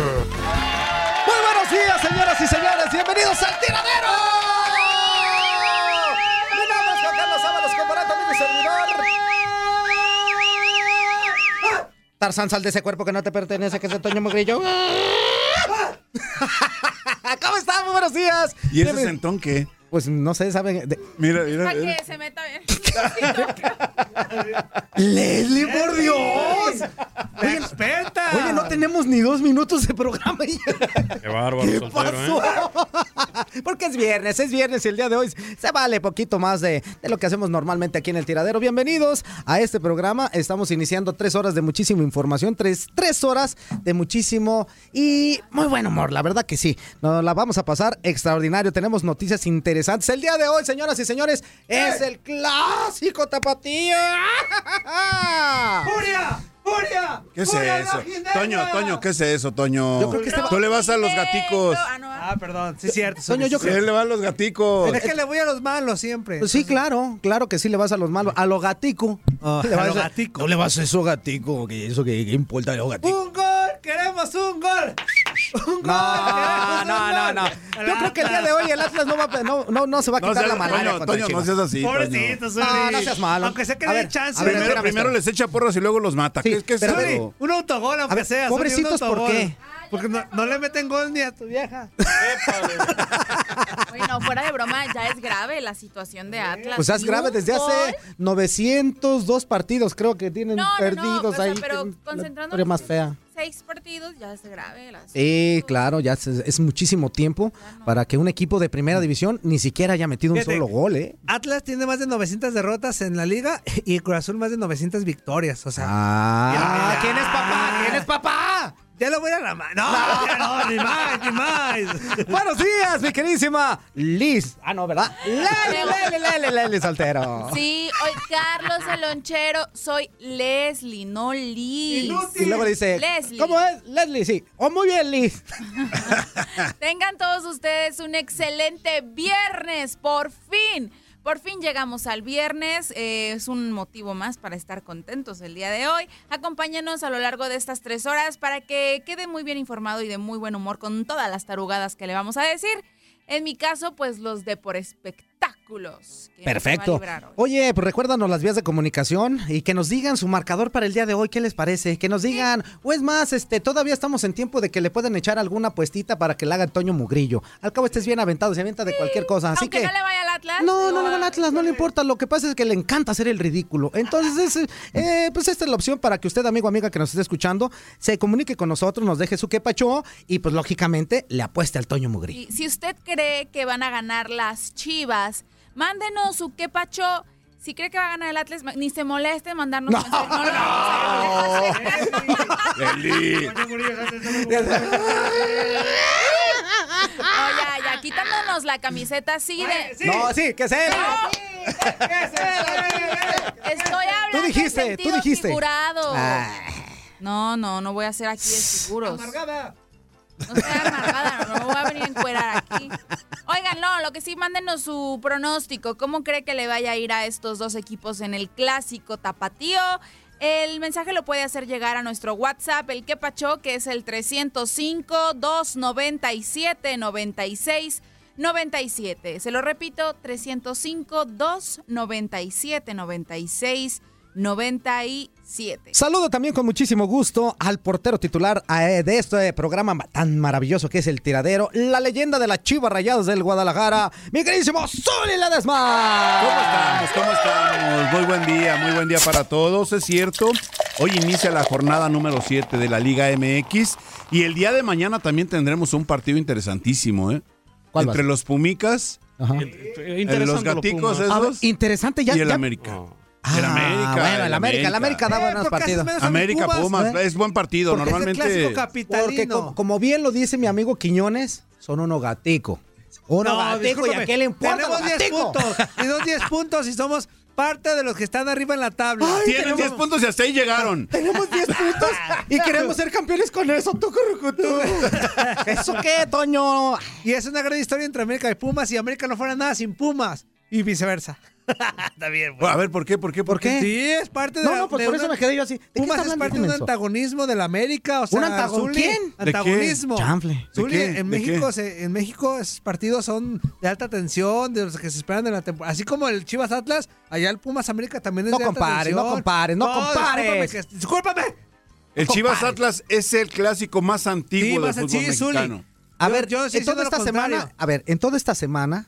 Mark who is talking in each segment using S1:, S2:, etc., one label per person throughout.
S1: Muy buenos días, señoras y señores. Bienvenidos al tiradero. Mi nombre es Juan Carlos Ábalos Comparato, mi servidor. ¡Ah! Tarzán, sal de ese cuerpo que no te pertenece, que es de Toño Mogrillo. ¡Ah! ¿Cómo están? Muy buenos días.
S2: ¿Y ese
S1: Bienven-
S2: sentón qué?
S1: Pues no sé, saben. de-
S2: Mira, mira.
S3: Para
S2: mira.
S3: que se meta bien. Luisito.
S1: ¡Leslie, por Dios! Oye, Oye, no tenemos ni dos minutos de programa. y-
S4: Qué bárbaro, soltero, ¿eh?
S1: pasó? Porque es viernes, es viernes y el día de hoy se vale poquito más de, de lo que hacemos normalmente aquí en el tiradero. Bienvenidos a este programa. Estamos iniciando tres horas de muchísima información, tres, tres horas de muchísimo y muy buen humor, la verdad que sí. Nos la vamos a pasar extraordinario. Tenemos noticias interesantes. El día de hoy, señoras y señores, es el clásico tapatío.
S5: Ah,
S1: ¡Furia! ¡Furia!
S2: ¿Qué es eso? Toño, Toño, ¿qué es eso, Toño?
S1: Yo creo que este va-
S2: Tú le vas a los gaticos.
S3: Ah, no, ah,
S5: Ah, perdón, sí es cierto.
S1: Toño, yo creo-
S2: Él le van los gaticos.
S5: Es que le voy a los malos siempre.
S1: Pues sí, claro, claro que sí le vas a los malos, a lo gatico.
S2: Ah,
S1: Le
S2: a
S1: vas
S2: lo gatico. No le vas a eso gatico, que eso que, que importa lo gatico.
S5: ¡Un gol! ¡Queremos un gol! ¡Un gol! No, no, no, no.
S1: Yo creo que el día de hoy el Atlas no va a- no, no, no se va a
S2: No
S1: quitar
S2: seas-
S1: la malaria
S2: Toño,
S1: contra
S2: Toño,
S1: Chivas.
S2: no seas así, Toño. Pobrecito,
S5: Zuli.
S1: No, no seas malo.
S5: Aunque sea que
S1: A
S5: le
S1: ver,
S5: den chance,
S1: a ver,
S5: pero-
S1: espérame,
S2: Primero, primero
S1: espérame.
S2: les echa porras y luego los mata.
S1: Sí,
S2: ¿Qué, qué es
S1: pero-
S2: eso?
S5: Un autogol, aunque
S1: A ver,
S5: sea. Zuli, un
S1: pobrecitos, ¿por
S5: autogol.
S1: qué?
S5: Porque no, no le meten gol ni a tu vieja.
S3: Bueno, fuera de broma, ya es grave la situación de Atlas.
S1: Pues es
S3: Y
S1: grave
S3: un
S1: desde
S3: gol-
S1: hace 902 partidos, creo que tienen
S3: No, no, no,
S1: perdidos
S3: o sea,
S1: ahí.
S3: pero
S1: que- la
S3: concentrándonos
S1: historia más fea.
S3: Seis partidos, ya es grave la
S1: Sí, claro, ya se- es muchísimo tiempo para que un equipo de primera división ni siquiera haya metido un
S5: Fíjate.
S1: solo gol, ¿eh?
S5: Atlas tiene más de 900 derrotas en la liga y Cruz Azul más de 900 victorias. O sea.
S1: Ah,
S5: ¿quién es papá? ¿Quién es papá? Ya lo voy a ir a la mano. No, ya no, ni más, ni más.
S1: Buenos días, mi queridísima Liz. Ah, no, ¿verdad? Lele, Lele, Lele, Lele, soltero.
S3: Sí, hoy Carlos el lonchero, soy Leslie, no Liz.
S1: Y luego dice,
S3: Leslie.
S1: ¿cómo es? Leslie, sí. Oh, muy bien, Liz.
S3: Tengan todos ustedes un excelente viernes, por fin. Por fin llegamos al viernes, eh, es un motivo más para estar contentos el día de hoy. Acompáñanos a lo largo de estas tres horas para que quede muy bien informado y de muy buen humor con todas las tarugadas que le vamos a decir. En mi caso, pues los de por espectáculos. que nos va a
S1: Perfecto.
S3: librar hoy.
S1: Oye, pues recuérdanos las vías de comunicación y que nos digan su marcador para el día de hoy, ¿qué les parece? Que nos digan, o es más, este, todavía estamos en tiempo de que le pueden echar alguna puestita para que la haga Toño Mugrillo. Al cabo estés bien aventado, se avienta de cualquier cosa, así
S3: Aunque
S1: que
S3: no le vaya al Atlas.
S1: No, no le va al Atlas, no le importa. Lo que pasa es que le encanta hacer el ridículo. Entonces, es, eh, pues esta es la opción para que usted, amigo o amiga que nos esté escuchando, se comunique con nosotros, nos deje su quepacho y, pues lógicamente, le apueste al Toño Mugrillo.
S3: Y si usted cree que van a ganar las Chivas, mándenos su qué pacho. Si cree que va a ganar el Atlas, ma- ni se moleste en mandarnos un mensaje. No,
S6: Leli.
S3: no, ya, ya, quitándonos la camiseta así de.
S1: No, sí, que se.
S3: Estoy hablando.
S1: Tú
S3: en
S1: dijiste, tú
S3: sentido
S1: dijiste.
S3: figurado.
S1: Ah.
S3: No, no, no voy a hacer aquí de seguros. No voy a venir a encuerar aquí. Oigan, no, lo que sí, mándenos su pronóstico. ¿Cómo cree que le vaya a ir a estos dos equipos en el clásico tapatío? El mensaje lo puede hacer llegar a nuestro WhatsApp, el Quepacho, que es el 305-297-96. 97. Se lo repito, 305 297 96 97.
S1: Saludo también con muchísimo gusto al portero titular eh, de este programa ma- tan maravilloso que es el tiradero, la leyenda de las chivas rayadas del Guadalajara, mi queridísimo Zuli Ledesma.
S2: ¿Cómo estamos? ¿Cómo estamos? Muy buen día, muy buen día para todos, es cierto. Hoy inicia la jornada número 7 de la Liga MX y el día de mañana también tendremos un partido interesantísimo, ¿eh?
S1: ¿Cuál va a
S2: Entre
S1: ser?
S2: los Pumicas, eh, los gaticos
S1: A ver,
S2: esos
S1: interesante ya.
S2: y el
S1: ya-
S2: América. el América.
S1: Ah, bueno, el América, el América da buenos partidos.
S2: América Pumas, es buen partido.
S1: ¿eh? Porque es el
S2: Normalmente
S1: clásico Porque co- como, bien lo dice mi amigo Quiñones, son uno gatico. Uno gatico y a
S5: discúlpame.
S1: qué le importa lo
S5: Tenemos 10
S1: gatico.
S5: puntos. Tenemos 10 puntos y somos parte de los que están arriba en la tabla.
S2: tienen 10 puntos y hasta ahí llegaron.
S1: Tenemos 10 puntos y queremos ser campeones con eso, tú, Curucutú. ¿Eso qué, Toño?
S5: Y es una gran historia entre América y Pumas. Y América no fuera nada sin Pumas. Y viceversa. Está bien, güey.
S2: A ver, ¿por qué? ¿Por qué?
S1: ¿Por qué?
S5: Sí, es parte de
S1: No,
S5: la-
S1: no, pues
S5: de
S1: por
S5: una-
S1: eso me quedé yo así. ¿De qué
S5: Pumas
S1: está
S5: es
S1: hablando
S5: parte
S1: este
S5: de un
S1: menso?
S5: antagonismo de la América. O sea,
S1: ¿Un antagon-
S5: Zuli,
S1: quién?
S2: ¿De qué?
S5: Antagonismo.
S1: Chanfle.
S5: Zuli,
S2: ¿De qué?
S5: en
S2: ¿De qué?
S5: México, se- en México esos partidos son de alta tensión, de los que se esperan de la temporada. Así como el Chivas Atlas, allá el Pumas América también es
S1: No
S5: de alta
S1: compares, no
S5: tensión. eh,
S1: compares, no compares.
S5: Discúlpame, que- discúlpame.
S2: El Chivas
S1: Compadre.
S2: Atlas es el clásico más antiguo
S5: Sí,
S2: del
S5: vas a-
S2: fútbol
S5: sí, Zuli.
S2: mexicano.
S1: A
S5: Yo-
S1: ver,
S5: yo estoy
S1: en toda
S5: diciendo
S1: esta
S5: lo
S1: semana,
S5: contrario.
S1: a ver, en toda esta semana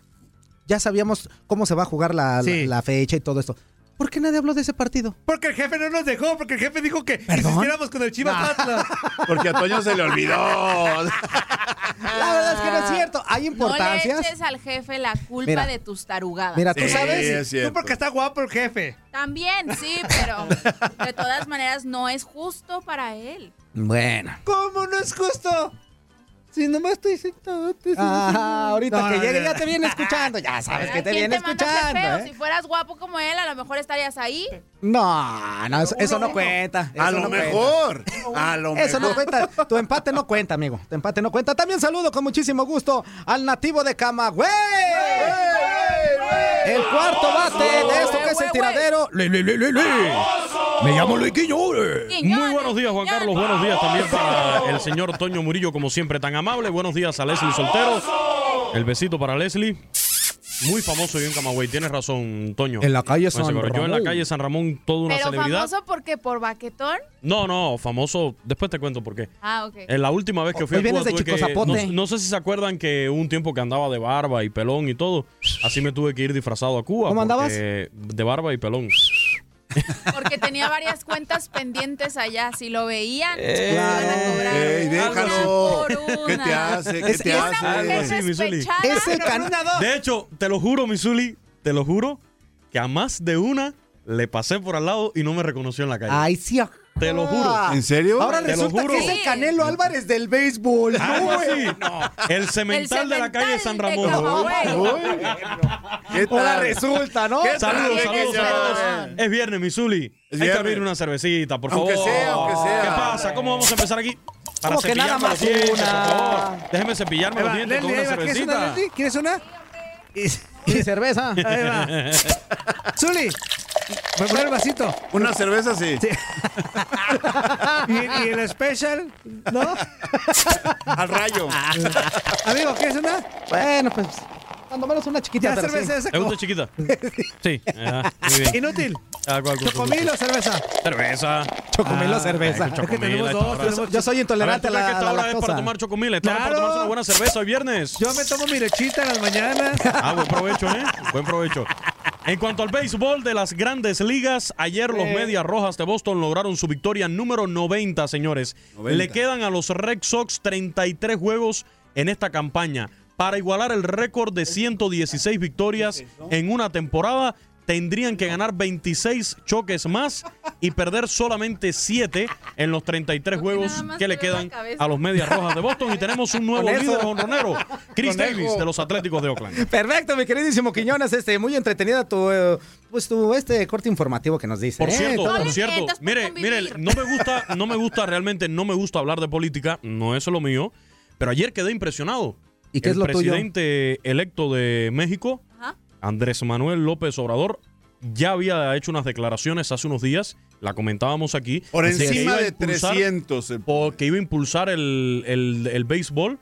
S1: ya sabíamos cómo se va a jugar la, la-
S5: Sí.
S1: la fecha y todo esto. ¿Por qué nadie habló de ese partido?
S5: Porque el jefe no nos dejó, porque el jefe dijo que
S1: ¿Perdón?
S5: insistiéramos con el Chivas Atlas.
S2: Porque a Toño se le olvidó.
S1: La verdad es que no es cierto. Hay
S3: No
S1: importancias.
S3: le eches al jefe la culpa
S1: Mira.
S3: de tus tarugadas.
S1: Mira, tú
S2: Sí,
S1: sabes.
S2: es cierto.
S5: Tú porque está guapo el jefe.
S3: También, sí, pero de todas maneras no es justo para él.
S1: Bueno.
S5: ¿Cómo no es justo? Si nomás estoy sentado. te-
S1: Ah, ahorita
S5: No,
S1: que
S5: no,
S1: llegue
S5: no.
S1: ya te viene escuchando. Ya sabes que
S3: ¿Quién
S1: te viene
S3: manda a hacer
S1: escuchando.
S3: feo?
S1: ¿eh?
S3: Si fueras guapo como él, a lo mejor estarías ahí.
S1: No, no, eso, eso no cuenta.
S2: A
S1: eso
S2: lo
S1: no cuenta.
S2: mejor. A lo
S1: Eso no
S2: mejor.
S1: cuenta. Tu empate no cuenta, amigo. Tu empate no cuenta. También saludo con muchísimo gusto al nativo de Camagüey. El cuarto bate de esto que es el tiradero.
S4: Me llamo Luis Muy buenos días, Juan Carlos. Buenos días también para el señor Toño Murillo, como siempre, tan amable. Buenos días a Leslie Soltero. El besito para Leslie. Muy famoso yo en Camagüey. Tienes razón, Toño.
S1: En la calle
S4: Con ese
S1: San
S4: coro. Yo en la
S1: Ramón.
S4: calle San Ramón, toda una
S3: Pero
S4: celebridad.
S3: famoso porque por baquetón.
S4: No, no, famoso. Después te cuento por qué.
S3: Ah, ok.
S4: En Eh, la última vez que fui a Cuba
S1: Hoy vienes de
S4: tuve que-
S1: Chico Zapote.
S4: no, no sé si se acuerdan que hubo un tiempo que andaba de barba y pelón y todo. Así me tuve que ir disfrazado a Cuba.
S1: ¿Cómo andabas?
S4: porque- De barba y pelón.
S3: Porque tenía varias cuentas pendientes allá. Si lo veían,
S4: Eh,
S2: Ey, déjalo. ¿Qué te hace? ¿Qué
S4: Es-
S2: te
S4: es-
S2: hace?
S4: Sí, Misuli.
S1: Es el ganador.
S4: De hecho, te lo juro, Misuli, te lo juro, que a más de una le pasé por al lado y no me reconoció en la calle.
S1: Ay, sí. ah.
S4: Te lo juro.
S2: ¿En serio?
S1: Ahora
S4: Te lo
S1: resulta
S4: juro.
S1: que es el Canelo Álvarez del béisbol. No,
S4: Algo
S1: güey.
S4: así. Ah, El cemental de la calle San Ramón.
S2: ¿Qué
S1: Ahora
S2: tal?
S1: resulta, ¿no?
S2: ¿Qué tal?
S4: Saludos,
S2: Bien,
S4: saludos,
S2: señor.
S4: saludos. Es viernes, Misuli. Hay que
S2: viernes.
S4: abrir una cervecita, por favor.
S2: Aunque sea, aunque sea.
S4: Oh, ¿Qué pasa? ¿Cómo vamos a empezar aquí? Para
S1: Como que nada
S4: cepillarme los
S1: más
S4: dientes,
S1: una.
S4: por favor. Déjeme cepillarme
S5: Ahí
S4: los
S5: va,
S4: dientes con
S5: Leslie,
S4: una
S5: ahí va. ¿Quieres una,
S4: cervecita.
S5: Leslie? ¿Quieres una?
S1: eh. Y cerveza.
S5: Ahí va. Zuli, me pone el vasito.
S2: Una cerveza, sí.
S5: ¿Y, y el special? ¿No?
S2: Al rayo.
S5: Amigo, ¿quieres una?
S1: Bueno, pues. Cuando menos una chiquita.
S5: Ya
S1: pero
S5: cerveza
S1: sí.
S5: esa.
S4: ¿Te gusta chiquita? Sí. Ajá, muy bien.
S5: Inútil.
S4: Ah, ¿cuál, cuál, cuál,
S5: Chocomil o cerveza.
S4: cuál? Cerveza. Ah,
S1: Chocomil o cerveza.
S4: hay que
S1: Es que
S4: chocomil,
S5: tenemos
S4: a esta
S5: dos,
S4: hora.
S5: tenemos-
S1: Yo soy intolerante a
S4: ver, ¿tú crees que
S1: la, a
S4: esta
S1: la
S4: hora es para
S1: lactosa.
S4: tomar chocomil? Esta hora es para
S5: Claro.
S4: tomarse una buena cerveza hoy viernes.
S5: Yo me tomo mi lechita en las mañanas.
S4: Ah, buen provecho, ¿eh? Buen provecho. En cuanto al béisbol de las grandes ligas, ayer los Medias Rojas de Boston lograron su victoria número 90, señores.
S2: 90.
S4: Le quedan a los Red Sox 33 juegos en esta campaña. Para igualar el récord de 116 victorias en una temporada, tendrían que ganar 26 choques más y perder solamente 7 en los 33
S3: Creo que
S4: juegos
S3: nada más
S4: que le
S3: te veo la
S4: quedan
S3: cabeza.
S4: a los Medias Rojas de Boston. Y tenemos un nuevo
S1: Con eso.
S4: líder honronero, Chris Davis, de los Atléticos de Oakland.
S1: Perfecto, mi queridísimo Quiñones, este, muy entretenida tu, eh, pues tu este corte informativo que nos dice.
S4: Por
S1: ¿eh?
S4: cierto,
S1: Todo-
S3: No
S4: por
S3: le
S4: cierto,
S3: mientas por
S4: mire, mire,
S3: convivir.
S4: no me gusta, no me gusta realmente, no me gusta hablar de política, no es lo mío, pero ayer quedé impresionado.
S1: ¿Y qué
S4: El
S1: es lo tuyo?
S4: presidente electo de México,
S3: Ajá.
S4: Andrés Manuel López Obrador, ya había hecho unas declaraciones hace unos días, la comentábamos aquí,
S2: Por
S4: de que iba
S2: encima
S4: a
S2: de
S4: impulsar-
S1: eh.
S2: 300. el-
S4: porque iba a impulsar el, el- el béisbol,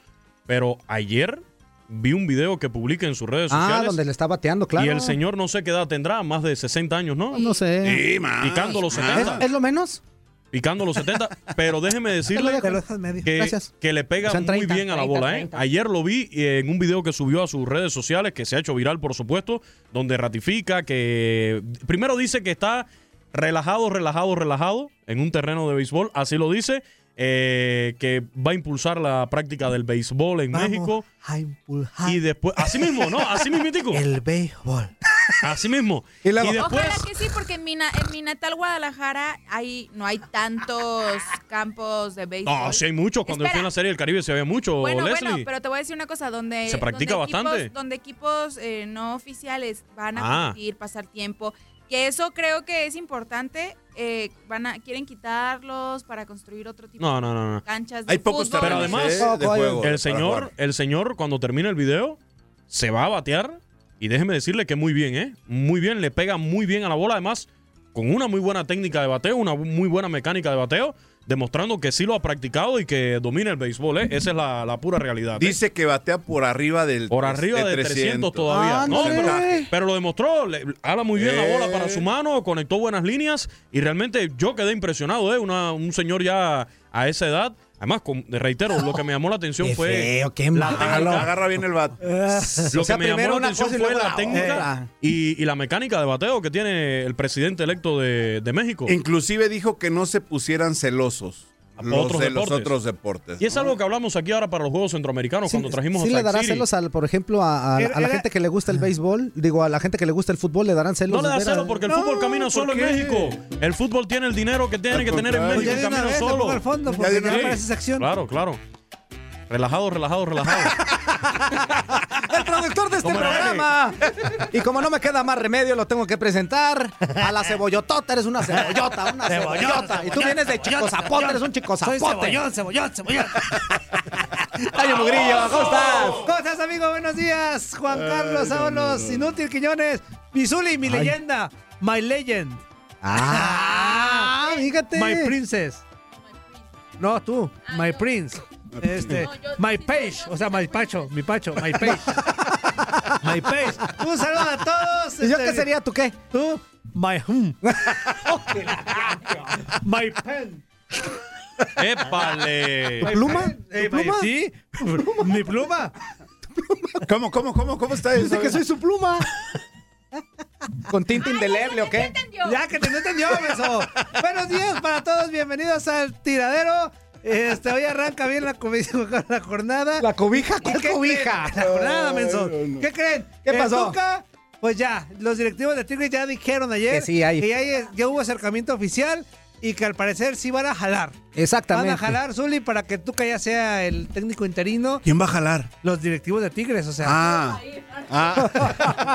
S4: pero ayer vi un video que publica en sus redes
S1: Ah,
S4: sociales
S1: donde le está bateando, claro.
S4: y el señor no sé qué edad tendrá, más de 60 años, ¿no?
S1: No sé.
S2: Sí, más,
S4: Picando los
S2: más.
S4: 70.
S1: ¿Es lo menos?
S4: picando los 70, pero déjeme decirle
S5: Te lo Pues dejas medio.
S4: que,
S1: Gracias.
S4: que le pega
S1: Son 30,
S4: muy bien a la
S3: 30,
S4: bola. ¿eh?
S3: 30.
S4: Ayer lo vi eh, en un video que subió a sus redes sociales, que se ha hecho viral, por supuesto, donde ratifica que primero dice que está relajado, relajado, relajado en un terreno de béisbol, así lo dice, eh, que va a impulsar la práctica del béisbol en
S5: Vamos
S4: México.
S5: a empujar
S4: Y después, así mismo, ¿no? Así mismo,
S5: el béisbol.
S4: Así mismo.
S1: Y luego-
S4: y después,
S3: Ojalá que sí, porque en mi, na- en mi natal Guadalajara hay, no hay tantos campos de béisbol.
S4: no, sí hay muchos. Cuando yo fui en la
S3: Espera.
S4: Serie del Caribe se había mucho,
S3: Bueno,
S4: Leslie.
S3: bueno, pero te voy a decir una cosa, donde
S4: Se practica
S3: donde equipos-
S4: bastante.
S3: donde equipos eh, no oficiales van
S4: Ah.
S3: a competir, pasar tiempo, que eso creo que es importante, eh, van a quieren quitarlos para construir otro tipo
S4: No, no, no, no.
S3: de canchas de
S2: Hay pocos
S3: fútbol.
S2: terrenos
S4: además,
S2: ¿eh? de juego para
S4: El señor,
S2: jugar.
S4: el señor, cuando termine el video, se va a batear. Y déjeme decirle que muy bien, ¿eh? Muy bien, le pega muy bien a la bola. Además, con una muy buena técnica de bateo, una bu- muy buena mecánica de bateo, demostrando que sí lo ha practicado y que domina el béisbol, ¿eh? Esa es la, la pura realidad. ¿eh?
S2: Dice que batea por arriba del.
S4: Por arriba de 300, todavía.
S1: Ah,
S4: no,
S1: ándale.
S4: pero, pero lo demostró. Le, habla muy bien la bola
S2: Eh.
S4: para su mano, conectó buenas líneas y realmente yo quedé impresionado. ¿eh? Una- un señor ya a esa edad. Además, con- reitero, lo que me llamó la atención
S1: Qué
S4: fue
S1: feo, qué
S4: la
S1: malo.
S4: técnica.
S2: Agarra bien el bat.
S4: Lo
S1: O sea,
S4: que me
S1: primero
S4: llamó la
S1: una
S4: atención
S1: cosa
S4: fue
S1: y luego
S4: la
S1: la
S2: Ah.
S4: técnica
S1: otra.
S4: y, y la mecánica de bateo que tiene el presidente electo de, de México.
S2: Inclusive dijo que no se pusieran celosos los
S4: otros
S2: de los
S4: deportes.
S2: otros deportes.
S4: Y es
S2: ¿no?
S4: algo que hablamos aquí ahora para los Juegos Centroamericanos cuando trajimos
S1: sí
S4: a
S1: le dará
S4: Saxiri.
S1: celos, al, por ejemplo, a, a- a
S5: Era-
S1: la
S5: era-
S1: gente que le gusta el béisbol? Digo, a la gente que le gusta el fútbol le darán celos.
S4: No le da
S1: de veras?
S4: celos porque el
S5: No,
S4: fútbol camina
S5: ¿por
S4: solo en
S5: qué?
S4: México. El fútbol tiene el dinero que tiene
S2: Al
S4: que tener en
S2: contrario.
S5: Pues
S4: México
S5: ya
S4: y
S5: de una
S4: camina
S5: vez, le pongo
S4: solo.
S5: al fondo,
S2: de
S5: porque
S2: una
S5: ya
S2: vez.
S5: para esa sección.
S4: Claro, claro. Relajado, relajado, relajado.
S1: El productor de este
S4: ¿Cómo no?
S1: programa. Y como no me queda más remedio, lo tengo que presentar. A la cebollotota, eres una cebollota, una
S5: Cebollón,
S1: cebollota. Y tú
S5: cebollón,
S1: vienes de
S5: cebollón,
S1: chico zapote,
S5: cebollón.
S1: eres un chico
S5: Soy
S1: zapote.
S5: cebollón, cebollón, cebollón.
S1: Toño Mugrillo, ¿cómo estás?
S5: ¿Cómo estás, amigo? Buenos días. Juan
S1: Ay,
S5: Carlos
S1: no,
S5: Ábalos,
S1: no, no.
S5: Inútil Quiñones, Bizuli, mi
S1: Ay.
S5: leyenda, my legend.
S1: Ah, fíjate.
S5: My princess. No, tú, my prince. Este, my page, o sea, my pacho, mi pacho, my page. my page. Un saludo a todos.
S1: este? ¿Y yo qué sería tú qué?
S5: Tú, my hum. my pen.
S4: ¡Épale!
S5: My pen. Eh, my- Sí, mi pluma.
S2: ¿Cómo, cómo, cómo, cómo está
S1: Dice que soy su pluma. ¿Con tinta indeleble o qué?
S5: Ya que te no entendió, beso. Buenos días para todos, bienvenidos al tiradero. Este, hoy arranca bien la, comi- la jornada.
S1: ¿La cobija? ¿Cuál
S5: ¿Y qué
S1: cobija?
S5: creen? La jornada, menso. ¿Qué creen?
S1: ¿Qué
S5: El
S1: pasó?
S5: Tuca, pues ya, los directivos de Tigres ya dijeron ayer
S1: Que sí hay.
S5: ya, hay- ya hubo acercamiento oficial y que al parecer sí van a jalar.
S1: Exactamente.
S5: Van a jalar, Zuli, para que Tuca ya sea el técnico interino.
S2: ¿Quién va a jalar?
S5: Los directivos de Tigres, o sea.
S2: Ah.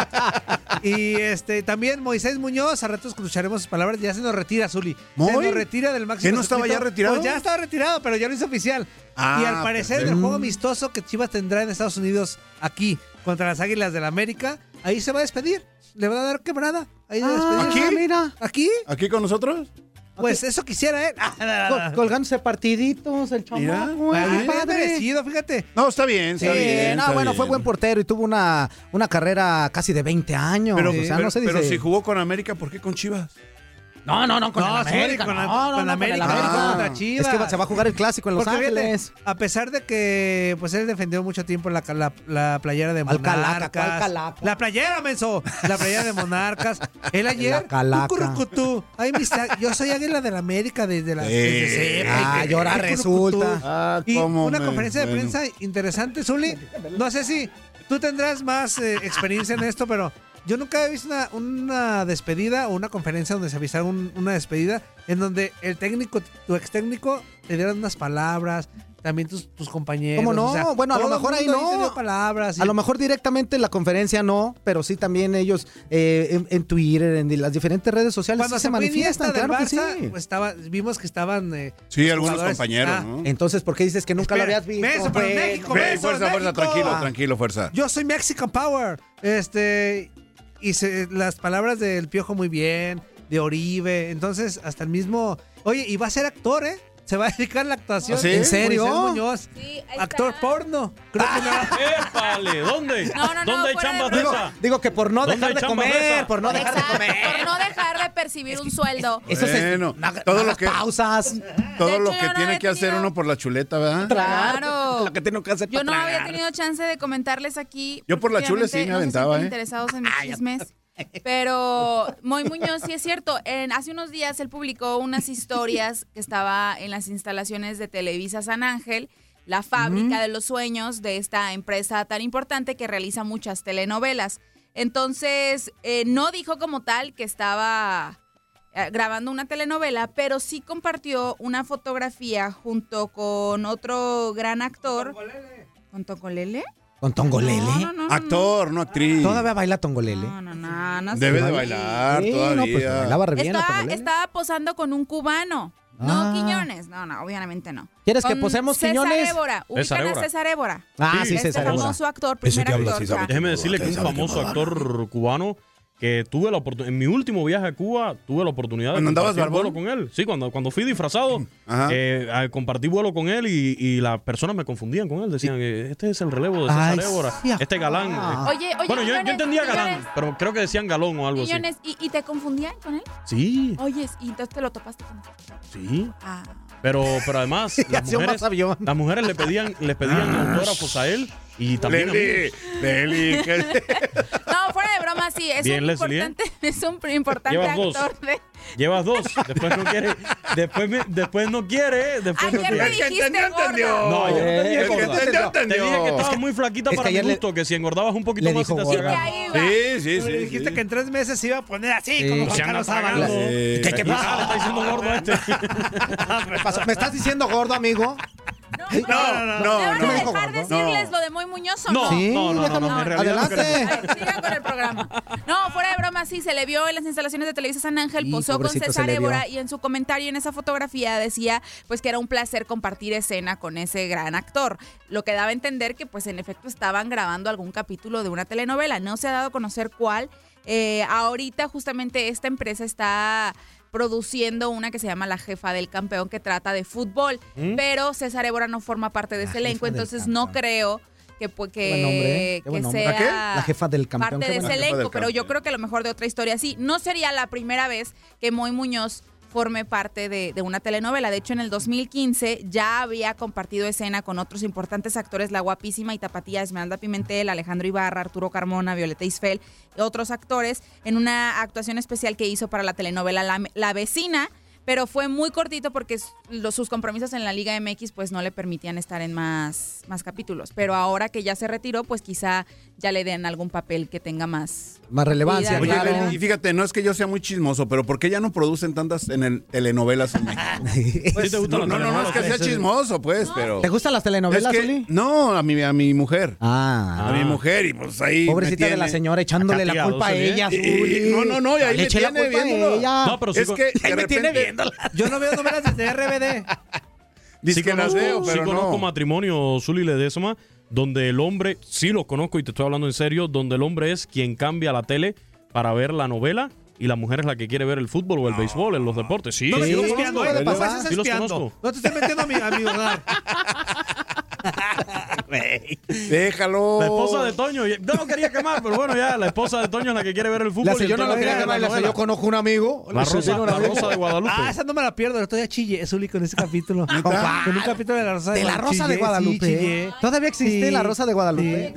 S5: Y este también Moisés Muñoz, a ratos escucharemos sus palabras, ya se nos retira, Zuli.
S2: ¿Moy?
S5: Se nos retira del máximo.
S2: ¿Que no estaba
S5: circuito.
S2: ya retirado?
S5: Pues ya estaba retirado, pero ya lo hizo oficial.
S2: Ah,
S5: y al parecer
S2: perfecto.
S5: del juego amistoso que Chivas tendrá en Estados Unidos aquí contra las Águilas del América, ahí se va a despedir. Le van a dar quebrada. Ahí se va a despedir.
S1: ¿Aquí? Mira.
S5: ¿Aquí?
S2: Ah, ¿Aquí con nosotros?
S5: Pues eso quisiera él. Ah, no, no,
S1: Col-
S5: no.
S1: colgándose partiditos, el
S2: Mira.
S1: chamaco. ¿eh?
S5: Ah,
S1: qué
S5: bien
S1: padre.
S5: merecido, fíjate.
S2: No, está bien,
S1: Sí,
S2: está
S5: Eh,
S2: bien.
S1: Eh, no,
S2: está
S1: bueno,
S2: bien.
S1: fue buen portero y tuvo una, una carrera casi de 20 años.
S2: Pero,
S1: o sea,
S2: pero-
S1: no se dice.
S2: pero si jugó con América, ¿por qué con Chivas?
S1: No, no, no, con
S5: No,
S1: el
S5: sorry,
S1: América.
S5: con la-
S1: no, no,
S5: con
S1: no,
S5: la América,
S2: América
S5: contra Chivas.
S1: Ah, Es que va- se va a jugar el clásico en Los
S5: Porque fíjate,
S1: Ángeles.
S5: a pesar de que pues él defendió mucho tiempo la, la, la playera de
S1: ¿Cuál calaca?
S5: Monarcas.
S1: ¿Cuál calaca?
S5: La playera, menso. La playera de Monarcas. Él ayer.
S1: La calaca.
S5: cucurrucutú. Ay, mis ta- yo soy águila de la América desde la.
S2: Sí.
S5: desde siempre.
S1: Ah, y ahora
S5: Cucurrucutú.
S1: resulta.
S2: Ah,
S5: Y
S2: cómo
S5: una
S2: me-
S5: conferencia de
S2: bueno.
S5: prensa interesante, Zuli. No sé si tú tendrás más eh, experiencia en esto, pero yo nunca he visto una, una despedida o una conferencia donde se avisara un- una despedida en donde el técnico, tu ex técnico, te dieran unas palabras, también tus, tus compañeros.
S1: ¿Cómo no?
S5: o sea,
S1: Bueno, a lo
S5: todo el
S1: mejor ahí
S5: mundo
S1: no.
S5: te dio palabras. y-
S1: A lo mejor directamente en la conferencia no, pero sí también ellos eh, en, en Twitter, en las diferentes redes sociales
S5: cuando
S1: sí
S5: se,
S1: se
S5: fue
S1: manifiestan,
S5: Iniesta del
S1: claro que sí.
S5: Barça, pues, estaba- vimos que estaban... eh,
S2: Sí, algunos
S5: jugadores- Ah,
S2: compañeros, ¿no?
S1: Entonces, ¿por qué dices que nunca lo
S5: Espera,
S1: habías visto? pues?
S5: beso, pero en
S1: güey?
S5: México,
S2: Pues, Ve,
S5: beso,
S2: fuerza, fuerza,
S5: México.
S2: tranquilo, tranquilo, fuerza.
S5: Yo soy Mexican Power. Este. Y se- las palabras del Piojo muy bien, de Oribe. Entonces, hasta el mismo. Oye, y va a ser actor, ¿eh? Se va a dedicar a la actuación.
S2: ¿Ah, sí? ¿En
S1: serio?
S5: Moisés Muñoz.
S3: Sí, ahí
S5: actor
S3: está.
S5: porno. Creo que no.
S4: ¡Épale! ¿Dónde?
S3: No, no, no,
S4: ¿Dónde hay
S3: fuera de
S4: chambas de
S3: broma.
S1: Digo,
S4: esa?
S1: digo que por no
S4: ¿Dónde
S1: dejar
S4: hay
S1: de
S4: chamba de
S1: comer,
S4: esa?
S1: por no dejar de
S3: Exacto, por
S1: comer.
S3: no dejar de percibir un sueldo.
S1: Eso
S2: Bueno,
S1: es no haga-
S2: todo
S1: no
S2: lo
S1: hagas
S2: que-
S1: pausas.
S2: Todo
S3: De
S2: lo
S3: hecho,
S2: que
S3: yo no
S2: tiene
S3: había
S2: que hacer
S3: tenido-
S2: uno por la chuleta, ¿verdad?
S3: Claro.
S2: Lo que tengo que hacer
S3: Yo
S2: para
S3: no había
S2: tragar.
S3: tenido chance de comentarles aquí.
S2: Yo por la chula sí me
S3: últimamente no se
S2: aventaba,
S3: sienten
S2: ¿eh?
S3: interesados en mis chismes. Pero Moy Muñoz, sí es cierto, en, hace unos días él publicó unas historias que estaba en las instalaciones de Televisa San Ángel, la fábrica de los sueños de esta empresa tan importante que realiza muchas telenovelas. Entonces, eh, no dijo como tal que estaba eh, grabando una telenovela, pero sí compartió una fotografía junto con otro gran actor. ¿Con Tocolele?
S1: Con Tongolele.
S3: No, no, no, no,
S2: Actor, no actriz.
S1: Todavía baila Tongolele.
S3: No, no, no, no sé.
S2: Debe de bailar
S1: Sí, no, pues
S2: todavía.
S1: bailaba re bien la
S3: Estaba,
S1: Tongolele.
S3: estaba posando con un cubano.
S1: Ah.
S3: No, Quiñones. No, no, obviamente no.
S1: ¿Quieres que
S3: Con
S1: posemos
S3: César
S1: Quiñones?
S3: Évora. Ubican
S4: César Évora.
S3: a César Évora.
S1: Ah, sí,
S4: Sí,
S1: se
S3: este
S1: César.
S4: famoso.
S1: Évora.
S3: famoso actor, primer
S6: habla
S3: actor.
S6: sí sabe
S3: ajá.
S4: Déjeme decirle que un famoso actor cubano que tuve la oportunidad, en mi último viaje a Cuba, tuve la oportunidad de
S2: ¿Cuando andabas
S4: compartir
S2: barbón?
S4: vuelo con él. Sí, cuando, cuando fui disfrazado,
S2: Ajá.
S4: eh, ah, compartí vuelo con él y, y las personas me confundían con él. Decían, eh, este es el relevo de César
S1: Ay,
S4: Évora,
S1: sí, ajá.
S4: este galán. eh.
S3: Oye, oye,
S4: bueno, yo, yo
S3: Quiñones,
S4: entendía galán,
S3: Quiñones,
S4: pero creo que decían galón o algo así.
S3: Quiñones, ¿y, y te confundían con él?
S4: Sí,
S3: Oye, y entonces te lo topaste con él.
S4: sí.
S3: Ah.
S4: Pero, pero además, las
S1: Hacía un
S4: mujeres,
S1: avión.
S4: las mujeres le pedían, les pedían autógrafos a él y también a mí.
S2: Ah. Leli, Leli, que-
S3: No, fuera de broma, sí. Es
S4: Bien,
S3: un
S4: Leslie, ¿eh?
S3: importante, es un importante
S4: Llevas dos.
S3: actor de.
S4: Llevas dos, después no quiere, después, me- después no quiere, después no
S3: Ayer
S4: quiere.
S3: me dijiste, gorda.
S4: No, yo no
S1: Eh,
S4: entendí,
S1: el
S4: gorda.
S1: que entendió,
S4: Te dije que
S2: entendió.
S4: estabas muy flaquita
S1: es
S4: para
S1: que
S4: mi
S1: ayer le-
S4: gusto, que si engordabas un poquito
S1: le
S4: más se
S1: dijo
S4: te
S3: Y
S4: hacía
S3: que
S1: gorda.
S4: grande.
S3: ahí va.
S2: Sí, sí,
S5: Pero
S2: sí.
S5: dijiste
S2: sí.
S5: que en tres meses se iba a poner así,
S1: Sí.
S5: como
S4: Se
S5: Juan
S4: anda
S5: Carlos
S4: pagando.
S5: Ábalos.
S2: Eh,
S4: ¿Qué, qué pasa? Le está diciendo gordo a este.
S1: ¿Me pasó- ¿Me estás diciendo gordo, amigo?
S2: No, no, no.
S3: ¿Me van a dejar decirles lo de Moy Muñoz o no?
S2: No, no, no, no, no, en realidad no creo.
S3: Ay, Sigan con el programa. No, fuera de broma, sí, se le vio en las instalaciones de Televisa San Ángel,
S1: Sí,
S3: posó con
S1: pobrecito,
S3: César
S1: se le vio.
S3: Évora y en su comentario en esa fotografía decía pues que era un placer compartir escena con ese gran actor, lo que daba a entender que pues en efecto estaban grabando algún capítulo de una telenovela, no se ha dado a conocer cuál. Eh, ahorita justamente esta empresa está produciendo una que se llama La Jefa del Campeón que trata de fútbol,
S7: ¿Mm?
S3: pero César Évora no forma parte de ese elenco,
S1: del
S3: entonces no creo que, pues, que,
S1: Qué buen nombre, ¿eh? Qué
S3: que
S1: buen nombre.
S3: sea
S1: La jefa del campeón.
S3: parte
S1: qué
S3: de
S1: buen
S3: ese
S1: nombre.
S3: elenco, pero yo creo que a lo mejor de otra historia sí. No sería la primera vez que Moy Muñoz forme parte de, de una telenovela. De hecho, en el 2015 ya había compartido escena con otros importantes actores, la guapísima y tapatía Esmeralda Pimentel, Alejandro Ibarra, Arturo Carmona, Violeta Isfel y otros actores en una actuación especial que hizo para la telenovela La, La Vecina, pero fue muy cortito porque s- los- sus compromisos en la Liga MX pues no le permitían estar en más, más capítulos. Pero ahora que ya se retiró, pues quizá ya le den algún papel que tenga más...
S1: Más
S3: relevancia,
S2: Oye,
S3: claro.
S2: Leli, y fíjate, no es que yo sea muy chismoso, pero ¿por qué ya no producen tantas en el- telenovelas en México? Pues, no, no, no, no, es que sea chismoso, pues, pero...
S1: ¿Te gustan las telenovelas,
S2: Es que-
S1: Zuli?
S2: No, a mi, a mi mujer.
S1: Ah.
S2: A mi mujer, y pues ahí. me
S1: Pobrecita de la
S2: tiene.
S1: señora echándole la culpa a
S5: ¿eh?
S1: ella, Zuli.
S2: no, no,
S5: Ah,
S2: no, y ahí
S1: Le
S2: me
S1: eché la
S2: tiene
S1: culpa a
S2: viéndolo.
S1: ella.
S2: No, pero sí Es con- que de
S5: Ahí me tiene
S2: repente-
S5: viéndola. Yo no veo novelas desde RBD.
S2: Dice
S4: sí
S2: que las
S4: conozco,
S2: veo,
S4: sí
S2: pero
S4: conozco
S2: no.
S4: matrimonios, Zuli Ledesma, donde el hombre, sí los conozco y te estoy hablando en serio, donde el hombre es quien cambia la tele para ver la novela y la mujer es la que quiere ver el fútbol o el béisbol, en los deportes. Sí,
S5: No te
S4: sí,
S5: estoy
S4: los
S5: espiando,
S4: conozco.
S5: eh, de paso, estás
S4: Sí los
S5: espiando.
S4: conozco.
S5: No te estoy metiendo a mi, a mi hogar.
S2: Déjalo.
S4: La esposa de Toño, y- no lo quería quemar, pero bueno, ya, la esposa de Toño es la que quiere ver el fútbol.
S1: La
S4: y el
S1: señora
S4: Toño
S1: no
S4: quiere
S1: quería
S4: ver
S1: ganar, la señora, yo conozco un amigo.
S4: La
S1: el
S4: rosa,
S1: sobrino
S4: la
S1: amigo.
S4: rosa de Guadalupe.
S5: Ah, esa no me la pierdo. El otro día chillé, es Uli, con ese capítulo. con,
S1: ¿Cuál?
S5: con un capítulo de la Rosa de,
S1: De la
S5: Guadalupe.
S1: Rosa de
S5: Chillé,
S1: Guadalupe.
S5: sí, chillé.
S1: ¿Todavía existe
S5: Sí.
S1: la rosa de Guadalupe? ¿En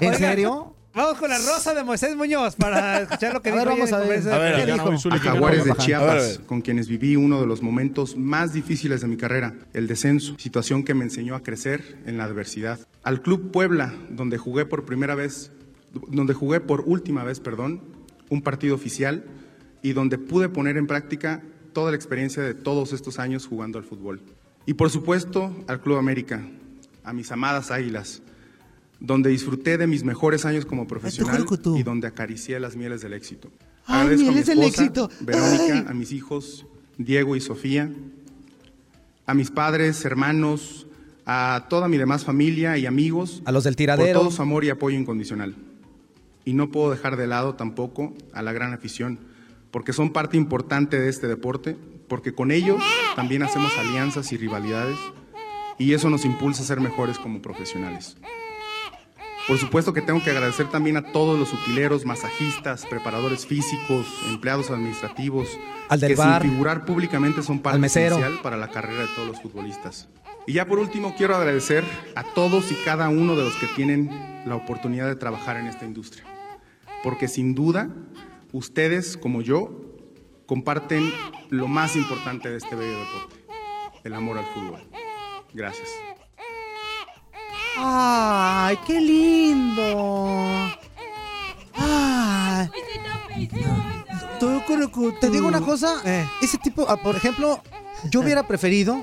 S5: Oigan,
S1: serio?
S5: Vamos con la Rosa de Moisés Muñoz para escuchar lo que
S1: A ver,
S5: dijo ella
S1: vamos
S5: en
S1: a ver.
S5: conferencia
S1: A
S5: de
S1: ver,
S5: prensa.
S1: ¿qué dijo?
S5: ¿Qué
S1: A
S5: dijo?
S8: Jaguares de
S1: Ajá.
S8: Chiapas,
S1: A ver.
S8: con quienes viví uno de los momentos más difíciles de mi carrera, el descenso, situación que me enseñó a crecer en la adversidad. Al Club Puebla, donde jugué por primera vez, donde jugué por última vez, perdón, un partido oficial y donde pude poner en práctica toda la experiencia de todos estos años jugando al fútbol. Y por supuesto, al Club América, a mis amadas águilas, donde disfruté de mis mejores años como profesional y donde acaricié las mieles del éxito.
S5: Ay,
S8: Agradezco a mi
S5: mieles del
S8: esposa,
S5: éxito.
S8: Verónica,
S5: Ay.
S8: a mis hijos, Diego y Sofía, a mis padres, hermanos, a toda mi demás familia y amigos.
S1: A los del tiradero.
S8: Por todo su amor y apoyo incondicional. Y no puedo dejar de lado tampoco a la gran afición, porque son parte importante de este deporte, porque con ellos también hacemos alianzas y rivalidades, y eso nos impulsa a ser mejores como profesionales. Por supuesto que tengo que agradecer también a todos los utileros, masajistas, preparadores físicos, empleados administrativos,
S1: Al del
S8: que
S1: bar.
S8: sin figurar públicamente son parte
S1: mesero.
S8: esencial para la carrera de todos los futbolistas. Y ya por último quiero agradecer a todos y cada uno de los que tienen la oportunidad de trabajar en esta industria. Porque sin duda, ustedes como yo comparten lo más importante de este bello deporte, el amor al fútbol. Gracias.
S1: ¡Ay, qué lindo! Ay. Te digo una cosa, ese tipo, ah, por ejemplo, yo hubiera preferido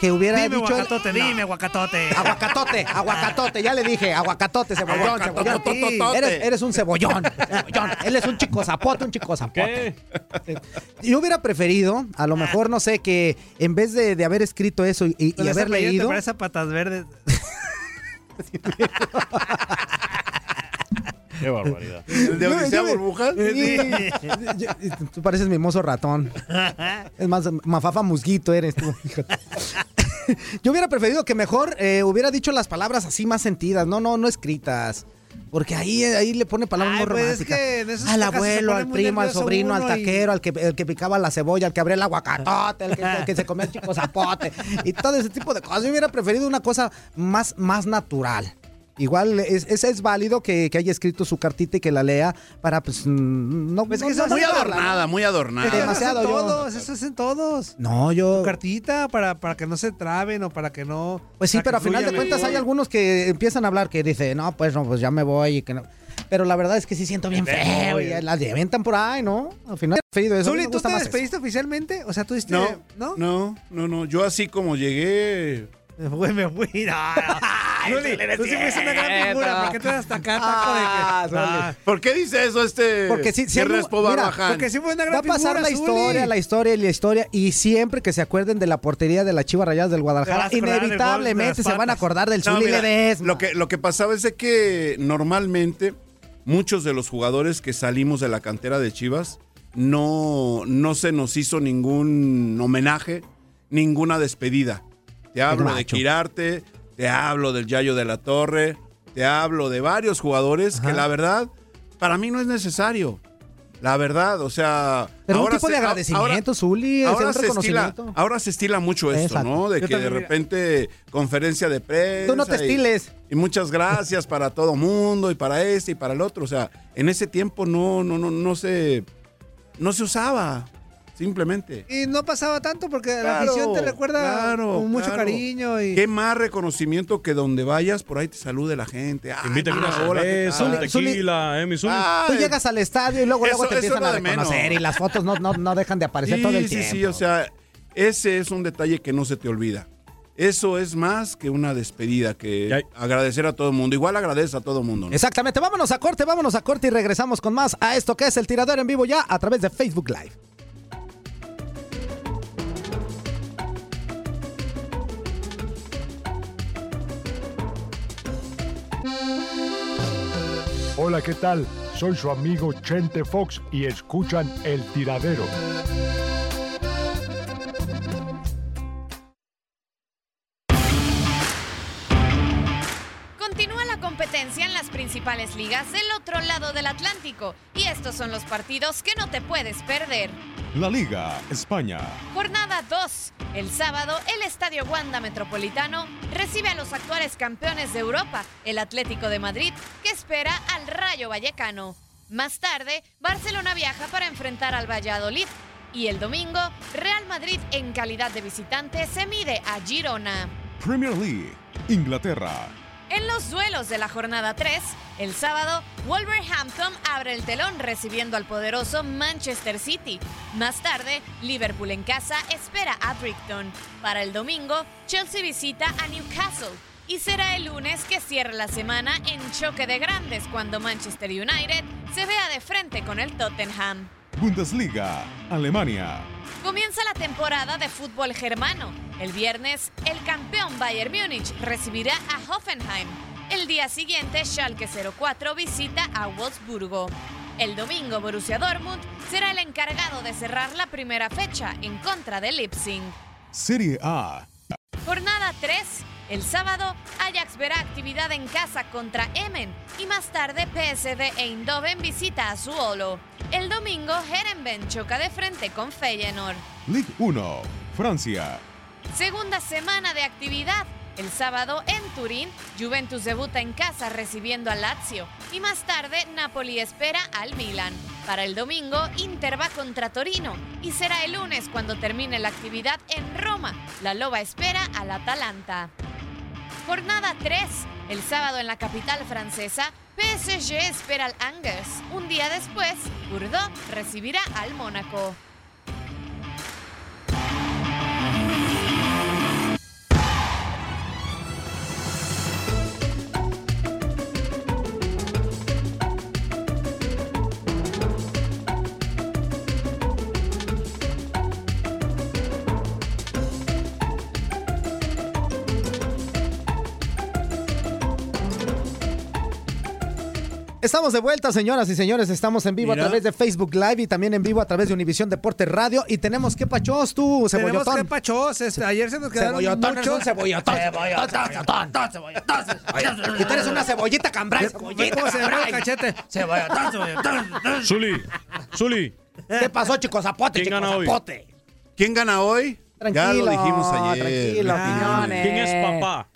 S1: que hubiera
S5: Dime,
S1: dicho... él-
S5: guacatote,
S1: No.
S5: dime, guacatote.
S1: Aguacatote, aguacatote, ya le dije, aguacatote, cebollón, cebollón.
S5: Aguacatototote.
S1: Eres, eres un cebollón, cebollón. Él es un chico zapote, un chico zapote. Yo hubiera preferido, a
S5: Ah.
S1: lo mejor, no sé, que en vez de, de haber escrito eso y, y
S5: Con esa
S1: haber
S5: playera
S1: leído.
S5: Te parece a patas verdes.
S4: Qué barbaridad.
S2: ¿El de
S1: Yo-
S2: Odisea
S1: yo-
S2: Burbuja?
S1: Sí. Yo- Tú pareces mimoso ratón. Es más, mafafa musguito eres tú. fíjate. Yo hubiera preferido que mejor eh, hubiera dicho las palabras así más sentidas, no, no, no escritas. Porque ahí, ahí le pone palabras
S5: Ay,
S1: muy
S5: pues, es
S1: románticas.
S5: que en esas
S1: al
S5: épocas se
S1: abuelo,
S5: pone
S1: al
S5: muy
S1: primo, al
S5: nervioso
S1: sobrino, al
S5: uno y-
S1: taquero, al, que, el que picaba la cebolla, al que abría el aguacatote, el que, el que se comía el chico zapote y todo ese tipo de cosas. Yo hubiera preferido una cosa más, más natural. Igual es, es, es válido que, que haya escrito su cartita y que la lea para, pues, mm, no...
S2: Es
S1: no-
S2: que
S1: no
S2: muy
S1: sacarla,
S2: adornada, muy adornada.
S1: Demasiado,
S5: eso
S1: yo-
S5: hacen todos, eso hacen todos.
S1: No, yo...
S5: Tu cartita para, para que no se traben o para que no.
S1: Pues sí, pero
S5: para
S1: a
S5: que
S1: final de
S5: fluya
S1: cuentas
S5: mejor.
S1: hay algunos que empiezan a hablar que dicen, no, pues no, pues ya me voy y que no. Pero la verdad es que sí siento bien feo y la aventan por ahí, ¿no? Al final he preferido eso. a mí
S5: Zuli,
S1: me
S5: ¿tú
S1: gusta
S5: te
S1: más eso.
S5: despediste oficialmente? O sea, tú diste.
S2: No, no, no, no, no. Yo así como llegué,
S5: Me fui, me fui. No, no. Zuli,
S1: Zuli,
S5: tú sí fuiste una gran
S1: cierto.
S5: figura. ¿Por qué te das hasta acá? taco de que-
S1: Ah, Zuli.
S5: Ah,
S2: ¿Por qué dice eso este
S1: Porque sí, sí hay
S2: Ernesto
S1: mu-
S2: Escobar
S1: mira,
S2: Baján?
S5: porque sí fue una gran
S1: Va a pasar
S5: figura,
S1: la
S5: Zuli.
S1: historia, la historia y la historia. Y siempre que se acuerden de la portería de la Chivas Rayadas del Guadalajara,
S5: Te vas a acordar del gol de las
S1: inevitablemente se van a
S5: patas.
S1: acordar del
S2: No,
S1: Zuli
S2: mira,
S1: Ledesma.
S2: lo, que, lo que pasaba es de que normalmente muchos de los jugadores que salimos de la cantera de Chivas no, no se nos hizo ningún homenaje, ninguna despedida. Te hablo de
S1: macho.
S2: Quirarte, te hablo del Yayo de la Torre, te hablo de varios jugadores que la verdad, para mí no es necesario. La verdad, o sea...
S1: Pero un
S2: ahora
S1: tipo de
S2: se- ahora-
S1: agradecimiento, Zuli, es
S2: ahora
S1: un
S2: se estila,
S1: reconocimiento.
S2: ahora se estila mucho esto,
S1: Exacto.
S2: ¿no? De
S1: Yo
S2: que de
S1: también, mira.
S2: repente conferencia de prensa.
S1: Tú no te
S2: y-
S1: estiles.
S2: Y, muchas gracias para todo mundo y para este y para el otro. O sea, en ese tiempo no, no, no, no se, no se usaba. Simplemente.
S5: Y no pasaba tanto porque la
S2: Claro,
S5: afición te recuerda
S2: claro,
S5: con mucho
S2: claro.
S5: cariño y
S2: Qué más reconocimiento que donde vayas, por ahí te salude la gente. Ah,
S4: Inviten una
S2: mira, hola, ¿qué
S4: cerveza, un
S2: tal?
S4: tequila, eh, mi Zuli.
S2: Ah,
S1: Tú
S2: eh,
S1: llegas al estadio y luego, luego
S2: Eso-
S1: te
S2: eso es
S1: empiezan
S2: lo
S1: a
S2: de menos.
S1: reconocer y las fotos no, no, no dejan de aparecer
S2: sí,
S1: todo el
S2: sí,
S1: tiempo.
S2: sí, o sea, ese es un detalle que no se te olvida. Eso es más que una despedida, que agradecer a todo el mundo. Igual agradece a todo el mundo. ¿no?
S1: Exactamente, vámonos a corte, vámonos a corte y regresamos con más a esto que es el tirador en vivo ya a través de Facebook Live.
S7: Hola, ¿qué tal? Soy su amigo Chente Fox y escuchan El Tiradero.
S9: Continúa la competencia en las principales ligas del otro lado del Atlántico y estos son los partidos que no te puedes perder.
S10: La Liga España.
S9: Jornada 2. El sábado, el Estadio Wanda Metropolitano recibe a los actuales campeones de Europa, el Atlético de Madrid, que espera al Rayo Vallecano. Más tarde, Barcelona viaja para enfrentar al Valladolid. Y el domingo, Real Madrid en calidad de visitante se mide a Girona.
S10: Premier League. Inglaterra.
S9: En los duelos de la jornada 3, el sábado, Wolverhampton abre el telón recibiendo al poderoso Manchester City. Más tarde, Liverpool en casa espera a Brighton. Para el domingo, Chelsea visita a Newcastle. Y será el lunes que cierra la semana en choque de grandes cuando Manchester United se vea de frente con el Tottenham.
S10: Bundesliga. Alemania.
S9: Comienza la temporada de fútbol germano. El viernes, el campeón Bayern Múnich recibirá a Hoffenheim. El día siguiente, Schalke 04 visita a Wolfsburgo. El domingo, Borussia Dortmund será el encargado de cerrar la primera fecha en contra del Leipzig.
S10: Serie A.
S9: Jornada 3. El sábado, Ajax verá actividad en casa contra Emen y más tarde PSV Eindhoven visita a Suolo. El domingo, Herenben choca de frente con Feyenoord.
S10: Ligue 1. Francia.
S9: Segunda semana de actividad. El sábado en Turín, Juventus debuta en casa recibiendo a Lazio y más tarde Napoli espera al Milan. Para el domingo, Inter va contra Torino y será el lunes cuando termine la actividad en Roma. La Loba espera al Atalanta. Jornada 3. El sábado en la capital francesa, PSG espera al Angers. Un día después, Bordeaux recibirá al Mónaco.
S1: Estamos de vuelta, señoras y señores. Estamos en vivo
S2: Mira.
S1: a través de Facebook Live y también en vivo a través de Univisión Deporte Radio. Y tenemos que pachos tú,
S5: tenemos que
S1: cebollotón.
S5: pachos. este, ayer se nos quedaron
S1: Cebollotón, eres
S5: muchos.
S1: un cebollotón. Cebollotón,
S5: cebollotón, cebollotón.
S1: Y tú eres una cebollita cambray, cebollita
S5: ¿Cómo se llama el
S1: cambray.
S5: cachete?
S1: Cebollotón,
S2: Ah,
S4: Zuli, Zuli.
S1: ¿Qué pasó, chico zapote,
S4: ¿Quién
S1: chico
S4: gana hoy?
S1: zapote?
S2: ¿Quién gana hoy? ya
S1: Tranquilo,
S2: lo dijimos ayer.
S1: tranquilo,
S2: Luis
S1: Quiñones.
S4: ¿Quién es papá?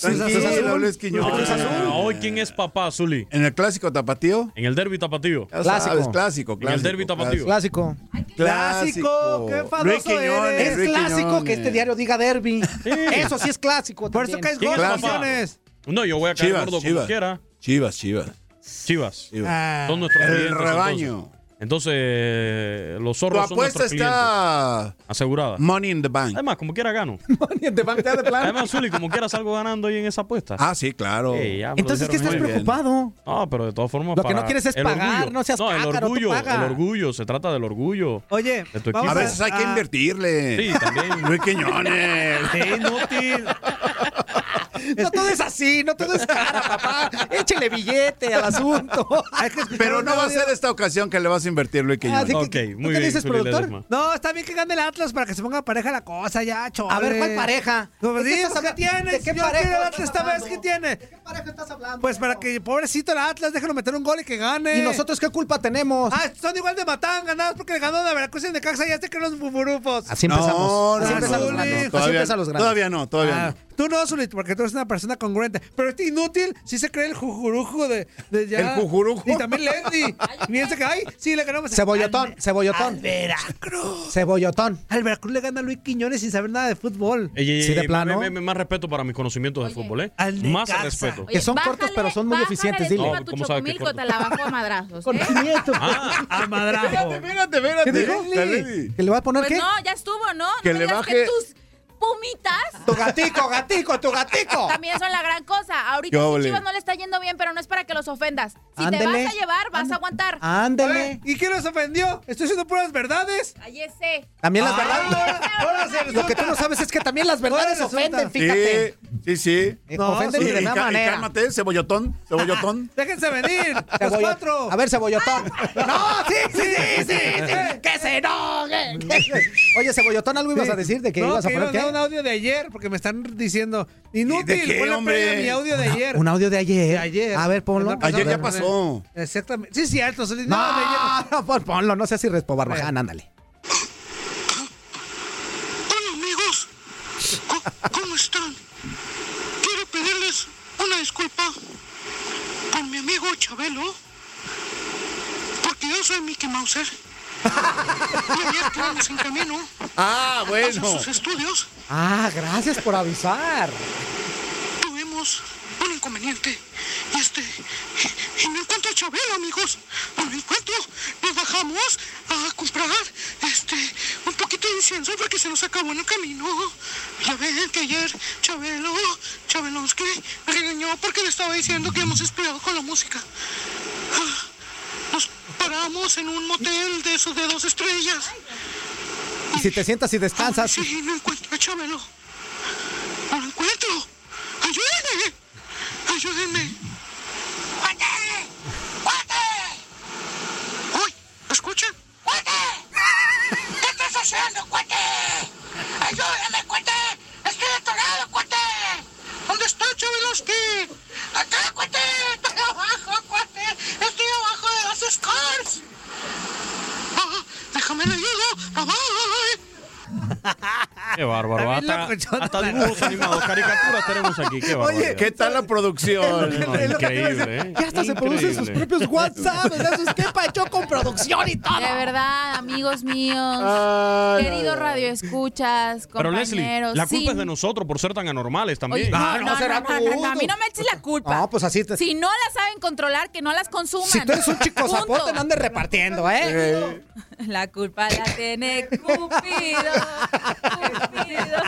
S2: Tranquilo, Luis Quiñones.
S4: No, no, no, Hoy, ¿quién es papá, Zuli?
S2: ¿En el clásico tapatío?
S4: En el derby tapatío.
S2: Ya Clásico. sabes, clásico,
S4: En el
S2: clásico,
S4: derby tapatío.
S1: Clásico.
S2: Clásico.
S5: qué
S2: Luis
S5: famoso
S2: Quiñones,
S5: eres.
S1: Es
S2: Luis
S1: clásico que
S2: Quiñones.
S1: este diario diga derby. Eso sí es clásico.
S5: Por eso
S1: también.
S5: que es
S4: ¿Quién
S5: gol,
S4: es papá?
S5: campeones.
S4: No, yo voy a caer
S2: Chivas,
S4: gordo como
S2: Chivas.
S4: quiera.
S2: Chivas, Chivas.
S4: Chivas.
S1: Ah.
S2: Chivas.
S4: Son nuestros
S2: el
S4: clientes,
S2: rebaño.
S4: Entonces, los
S2: Tu
S4: zorros son
S2: apuesta
S4: nuestros
S2: está
S4: asegurada.
S2: Money in the bank.
S4: Además, como quiera gano.
S1: de plan.
S4: Además, Zuli, como quiera salgo ganando hoy en esa apuesta.
S2: Ah, sí, claro.
S4: Sí, ya me lo
S1: Entonces, ¿qué
S4: dijeron
S1: estás
S4: muy bien.
S1: preocupado?
S4: No, pero de todas formas.
S1: Lo que
S4: para
S1: no quieres es
S4: el
S1: pagar,
S4: orgullo.
S1: no seas
S4: el
S1: pácaro, tú
S4: orgullo,
S1: paga.
S4: el orgullo, se trata del orgullo.
S5: Oye,
S4: de tu
S5: vamos
S4: equipo.
S5: a veces hay que a-
S2: invertirle.
S4: Sí, también.
S2: Luis Quiñones.
S5: ¡Qué inútil!
S1: No todo es así, no todo es cara, papá. Échele billete al asunto.
S2: Pero no va a ser esta ocasión que le vas a invertir, Luis
S4: Ah,
S5: Ah,
S2: Quiñones.
S1: Así que- Ok, ¿tú muy qué bien, dices, Zuli productor? Ledesma.
S5: No, está bien que gane el Atlas para que se ponga pareja la cosa ya, chole.
S1: A ver, ¿cuál pareja?
S5: No, pues,
S1: ¿De qué
S5: digo,
S1: estás
S5: ¿qué
S1: habla-
S5: tienes?
S1: de qué
S5: Yo
S1: pareja
S5: quiero el
S1: estás
S5: Atlas esta vez,
S1: hablando?
S5: ¿qué tiene?
S1: estás hablando?
S5: Pues para que, pobrecito el Atlas, déjalo meter un gol y que gane.
S1: ¿Y nosotros qué culpa tenemos?
S5: Ah, son igual de matán, ganados porque le ganó la Veracruz y Necaxa y ya te crean los buburupos.
S1: Así empezamos.
S2: No,
S1: así
S2: no,
S1: empiezan
S2: no,
S1: los
S2: no,
S1: grandes.
S2: no,
S1: así
S2: Ah, todavía-
S1: empiezan pues los grandes.
S2: Todavía no, todavía
S5: Ah,
S2: no.
S5: Tú no, Zulit, porque tú eres una persona congruente. Pero este inútil sí se cree el jujurujo de, de ya.
S2: El jujurujo.
S5: Y también Lenny. Piensa que, ay, sí, le ganamos. a-
S1: Cebollotón,
S5: al-
S1: cebollotón.
S5: Al Veracruz.
S1: Cebollotón.
S5: Al Veracruz le gana a Luis Quiñones sin saber nada de fútbol.
S4: Ey, ey,
S1: Sí, de
S4: ey,
S1: plano.
S4: me- me- más respeto para mis conocimientos de fútbol, ¿eh?
S5: al de
S4: Más
S5: casa.
S4: respeto.
S1: que son cortos, pero son muy eficientes, dile.
S4: No,
S3: a tu
S4: ¿cómo sabe que
S3: chocomilco,
S4: corto?
S3: te la bajo a madrazos. ¿eh?
S4: Ah,
S5: A madrajo.
S2: Espérate, espérate.
S1: ¿Qué dijo? ¿Que le va a poner
S3: Pues
S1: qué?
S3: no, ya estuvo, ¿no?
S2: Que
S3: no
S2: le
S3: digas
S2: baje-
S3: que tus pumitas
S1: Tu gatico, gatico, tu gatico.
S3: también son la gran cosa. Ahorita
S2: Qué
S3: a
S2: ole.
S3: Chivas no le está yendo bien, pero no es para que los ofendas. Si te
S1: Ándele.
S3: vas a llevar, vas a aguantar.
S1: Ándele.
S5: ¿Y qué nos ofendió? Estoy diciendo puras verdades.
S3: Cállese.
S1: También las
S5: Ah,
S1: verdades.
S5: ahora- ahora se
S1: Lo que tú no sabes es que también las verdades
S5: Ahora resulta.
S1: ofenden,
S2: Sí,
S1: fíjate.
S2: sí, sí.
S1: Eh,
S5: No,
S1: ofenden
S2: Y-
S1: de
S2: y
S1: una
S2: ca- y
S1: manera.
S2: cálmate, cebollotón, cebollotón.
S5: Déjense venir. los
S1: Cebollo-
S5: cuatro.
S1: A ver, cebollotón. no, sí, sí, sí, sí, sí.
S5: Eh.
S1: Que se enoje. Oye, cebollotón, algo ibas a decir de que
S5: no,
S1: ibas a
S5: que
S1: poner
S5: iba a dar un
S1: qué?
S5: audio de ayer porque me están diciendo inútil.
S2: ¿De qué,
S5: ponle
S2: hombre?
S5: play a mi audio de ayer.
S1: Un audio de ayer.
S5: De ayer.
S1: A ver, ponlo.
S5: Perdón,
S2: Ayer
S5: perdón,
S2: ya
S5: perdón.
S2: pasó.
S5: Exactamente. Sí, es cierto. Solís. No, de
S1: No,
S5: ayer.
S1: no, pon- ponlo, no seas irrespobarbaján, ándale.
S11: Hola amigos, Co- ¿cómo están? Quiero pedirles una disculpa por mi amigo Chabelo, porque yo soy Mickey Mouser. Y ayer que íbamos en camino
S2: Ah,
S11: hacia
S2: bueno.
S11: sus estudios,
S1: Ah, gracias por avisar.
S11: tuvimos un inconveniente. Y este, y no encuentro a Chabelo, amigos. No lo encuentro. Nos bajamos a comprar este un poquito de incienso porque se nos acabó en el camino. Ya ven que ayer Chabelo, Chabelonsky, me regañó porque le estaba diciendo que hemos estudiado con la música. Ah, Nos paramos en un motel de esos de dos estrellas.
S1: Y si te sientas y descansas,
S11: Sí, no encuentro a Chabelo. No lo encuentro. Ayúdenme. Ayúdenme. ¡Cuate! ¡Cuate! ¡Uy! ¿Escuchan? ¡Cuate! ¿Qué estás haciendo, cuate? ¡Ayúdame, cuate! ¡Estoy atorado, cuate! ¿Dónde está Chabeloski? ¡Acá, cuate! ¡Estoy abajo, cuate! ¡Estoy abajo de los scores! Ah, ¡Déjame le ayudo! ¡Bye!
S4: Qué bárbaro.
S5: También
S4: Hasta,
S5: locochón.
S4: hasta dibujos animados, caricaturas tenemos aquí. Qué bárbaro.
S2: Oye, ¿qué tal la producción?
S4: No, increíble, ¿eh?
S1: ya hasta se producen sus
S4: Increíble.
S1: propios WhatsApp. ¿Sabes qué pacho con producción y todo?
S3: De verdad, amigos míos,
S2: Ay,
S3: queridos radioescuchas,
S4: Pero
S3: compañeros.
S4: Leslie, la culpa
S3: sí.
S4: es de nosotros por ser tan anormales también.
S3: Oye,
S1: Ah,
S3: no,
S1: no,
S3: no,
S1: será
S3: no, no, no,
S1: tú.
S3: no, a mí no me eches la culpa.
S1: No, pues así te-
S3: Si no la saben controlar, que no las consuman.
S1: Si tú eres un chico
S3: Punto.
S1: zapote, no andes repartiendo, ¿eh?
S3: La culpa la tiene Cupido. Cupido.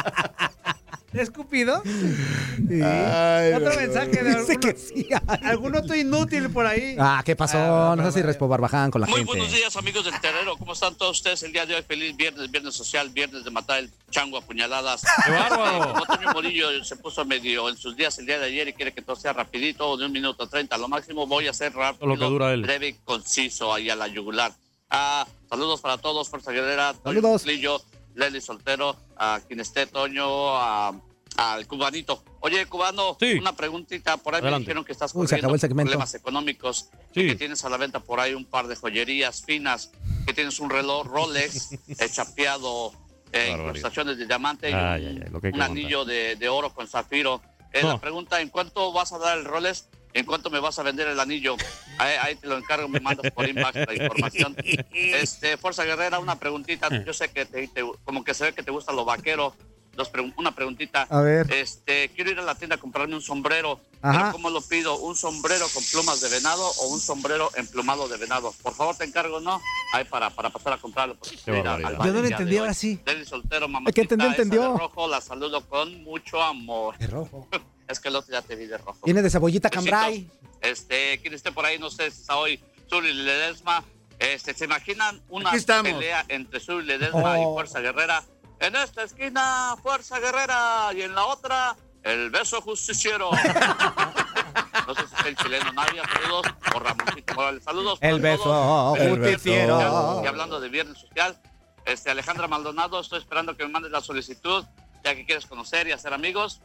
S5: ¿Es Cupido?
S2: Ay,
S5: Otro
S2: Dios.
S5: mensaje de
S1: Dice
S5: alguno,
S1: que sí.
S5: algún otto inútil por ahí.
S1: Ah, ¿qué pasó?
S5: Ah,
S1: no seas
S5: pero-
S1: irrespobarbaján con la
S12: Muy
S1: gente.
S12: buenos días, amigos del terrero. ¿Cómo están todos ustedes el día de hoy? Feliz viernes, viernes social, viernes de matar el chango a puñaladas.
S4: ¡Qué bárbaro!
S12: Como Toño Murillo se puso medio en sus días el día de ayer y quiere que todo sea rapidito, de un minuto treinta. Lo máximo voy a hacer rápido,
S4: Lo que dura él.
S12: breve y conciso ahí a la yugular. Ah, saludos para todos, Fuerza Guerrera, Toño
S1: Saludos.
S12: Murillo, Leli Soltero, a quien esté Toño, a- al cubanito. Oye, cubano,
S4: Sí.
S12: una preguntita. Por ahí
S4: Adelante.
S12: me dijeron que estás
S1: Uy, se
S12: corriendo
S1: acabó el segmento.
S12: problemas económicos y
S4: Sí.
S12: que tienes a la venta por ahí un par de joyerías finas, que tienes un reloj Rolex eh, chapeado, eh,
S4: Barbaridad.
S12: incrustaciones de diamante y
S4: Ay, ay, ay, lo que hay que
S12: un anillo de, de oro con zafiro. Eh, La
S4: No.
S12: pregunta, ¿en cuánto vas a dar el Rolex? ¿En cuánto me vas a vender el anillo? Ahí, ahí te lo encargo, me mandas por inbox la información. Este, Fuerza Guerrera, una preguntita. Yo sé que te, te- como que se ve que te gusta lo vaquero. Dos pregun- una preguntita.
S1: A ver.
S12: Este, quiero ir a la tienda a comprarme un sombrero.
S1: Ajá.
S12: Pero ¿Cómo lo pido? ¿Un sombrero con plumas de venado o un sombrero emplumado de venado? Por favor, te encargo, ¿no? hay para, para pasar a comprarlo. porque
S5: Qué
S12: mira,
S5: barbaridad.
S12: al bar
S5: Yo no lo
S12: el día de
S5: entendí,
S12: hoy.
S5: ahora sí.
S12: Deli soltero, mamacita,
S1: entendió,
S12: esa de
S1: entendió.
S12: rojo, la saludo con mucho amor.
S1: De rojo.
S12: es que el otro ya te vi de rojo.
S1: Viene de cebollita
S12: Besitos.
S1: cambrai.
S12: Este, quien esté por ahí, no sé si está hoy, Zuri Ledesma. Este, ¿se imaginan una
S2: Aquí estamos.
S12: pelea entre Zuri Ledesma
S2: Oh.
S12: y Fuerza Guerrera? En esta esquina, Fuerza Guerrera, y en la otra, el beso justiciero. no sé si es el chileno Navia, saludos, o Ramoncito Morales, saludos. para
S1: El beso
S12: todos.
S1: justiciero.
S12: Y hablando de Viernes Social, este, Alejandra Maldonado, estoy esperando que me mandes la solicitud, ya que quieres conocer y hacer amigos.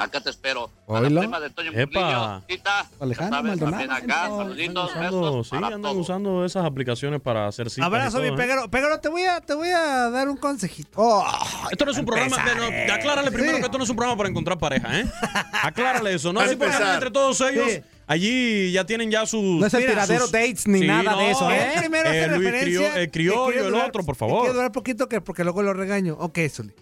S12: Acá te espero. A la
S4: Oílo.
S12: prima de Toño
S4: Epa.
S12: Murillo, Tita,
S4: Alejandra
S12: ya sabes,
S4: Maldonado,
S12: también acá,
S4: gente.
S12: saluditos,
S4: Usando, sí, andan usando esas aplicaciones para hacer citas. y
S5: Abrazo,
S4: todo,
S5: mi
S4: ¿eh?
S5: Pegaro. Pegaro, te voy a, te voy a dar un consejito. Oh.
S4: Esto no es un programa. De, no, de- aclárale primero que esto no es un programa para encontrar pareja, ¿eh? Aclárale eso. No
S5: Para
S4: se pongan
S5: empezar.
S4: entre todos ellos.
S5: Sí.
S4: Allí ya tienen ya sus.
S1: No es el
S4: Mira,
S1: tiradero
S4: sus-
S1: dates ni
S4: Sí,
S1: nada
S4: no,
S1: de eso, ¿eh?
S5: Él primero hace
S4: Eh, Luis
S5: referencia
S4: Crio- el
S5: que quiere
S4: criollo, el
S5: durar-
S4: otro, por
S5: que Quiere
S4: favor.
S5: durar poquito que porque luego lo regaño. Ok, Zuli.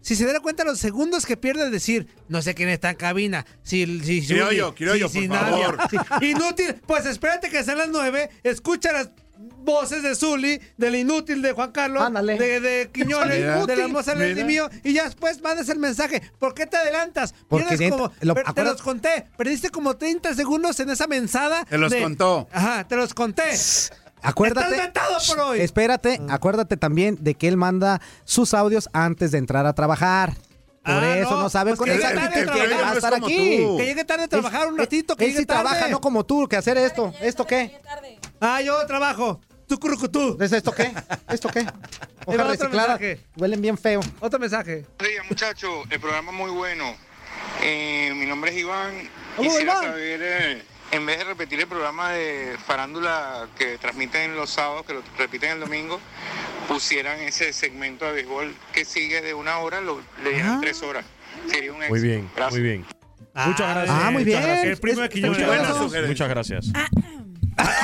S5: Si se da cuenta los segundos que pierde al decir, no sé quién está en cabina, si, si Zuli,
S2: Criollo, criollo, por favor.
S5: si- inútil, pues espérate que sean las nueve, escucha las voces de Zuli, del inútil de Juan Carlos, de, de Quiñones,
S1: Mira.
S5: de la moza
S1: Mira.
S5: Lady mío, y ya después mandes el mensaje. ¿Por qué te adelantas?
S1: Porque
S5: Pierdes
S1: dentro-
S5: como,
S1: lo-
S5: per- te
S1: acuérdate-
S5: los conté, perdiste como 30 segundos en esa mensada.
S1: Te los contó.
S5: Ajá, te los conté.
S1: Acuérdate.
S5: Estás vetado por hoy. Ah.
S1: Shh, Espérate, acuérdate también de que él manda sus audios antes de entrar a trabajar. Por
S5: Ah,
S1: eso no, sabe
S5: pues
S1: con
S5: que
S1: esa
S5: llegue
S1: gente
S5: tarde a
S1: que
S5: trabajar.
S1: va a estar
S5: No es como
S1: aquí.
S5: tú. Que llegue tarde a trabajar
S1: Él-
S5: un ratito, que
S1: él
S5: llegue
S1: sí
S5: tarde.
S1: trabaja, no como tú, que hacer esto. ¿Esto qué?
S5: Ah, yo trabajo. Tú curucutú.
S1: ¿Es esto qué? ¿Esto qué?
S5: Ahí va
S1: Hojas
S5: otro
S1: recicladas.
S5: mensaje.
S1: Huelen bien feo.
S5: Otro mensaje.
S13: Buenos días, muchachos. El programa es muy bueno. Eh, mi nombre es Iván.
S5: Hola,
S13: Quisiera
S5: Iván.
S13: saber, eh, en vez de repetir el programa de farándula que transmiten los sábados, que lo repiten el domingo, pusieran ese segmento de béisbol que sigue de una hora, lo le dieran
S2: Ah.
S13: tres horas. Sería un éxito.
S4: Muy bien, muy bien. muchas gracias.
S5: ah, muy
S4: muchas
S5: bien.
S4: gracias.
S5: El primo de Quiñones.
S4: Muchas
S5: Buena
S4: gracias.
S5: sugerencia.
S4: Muchas gracias.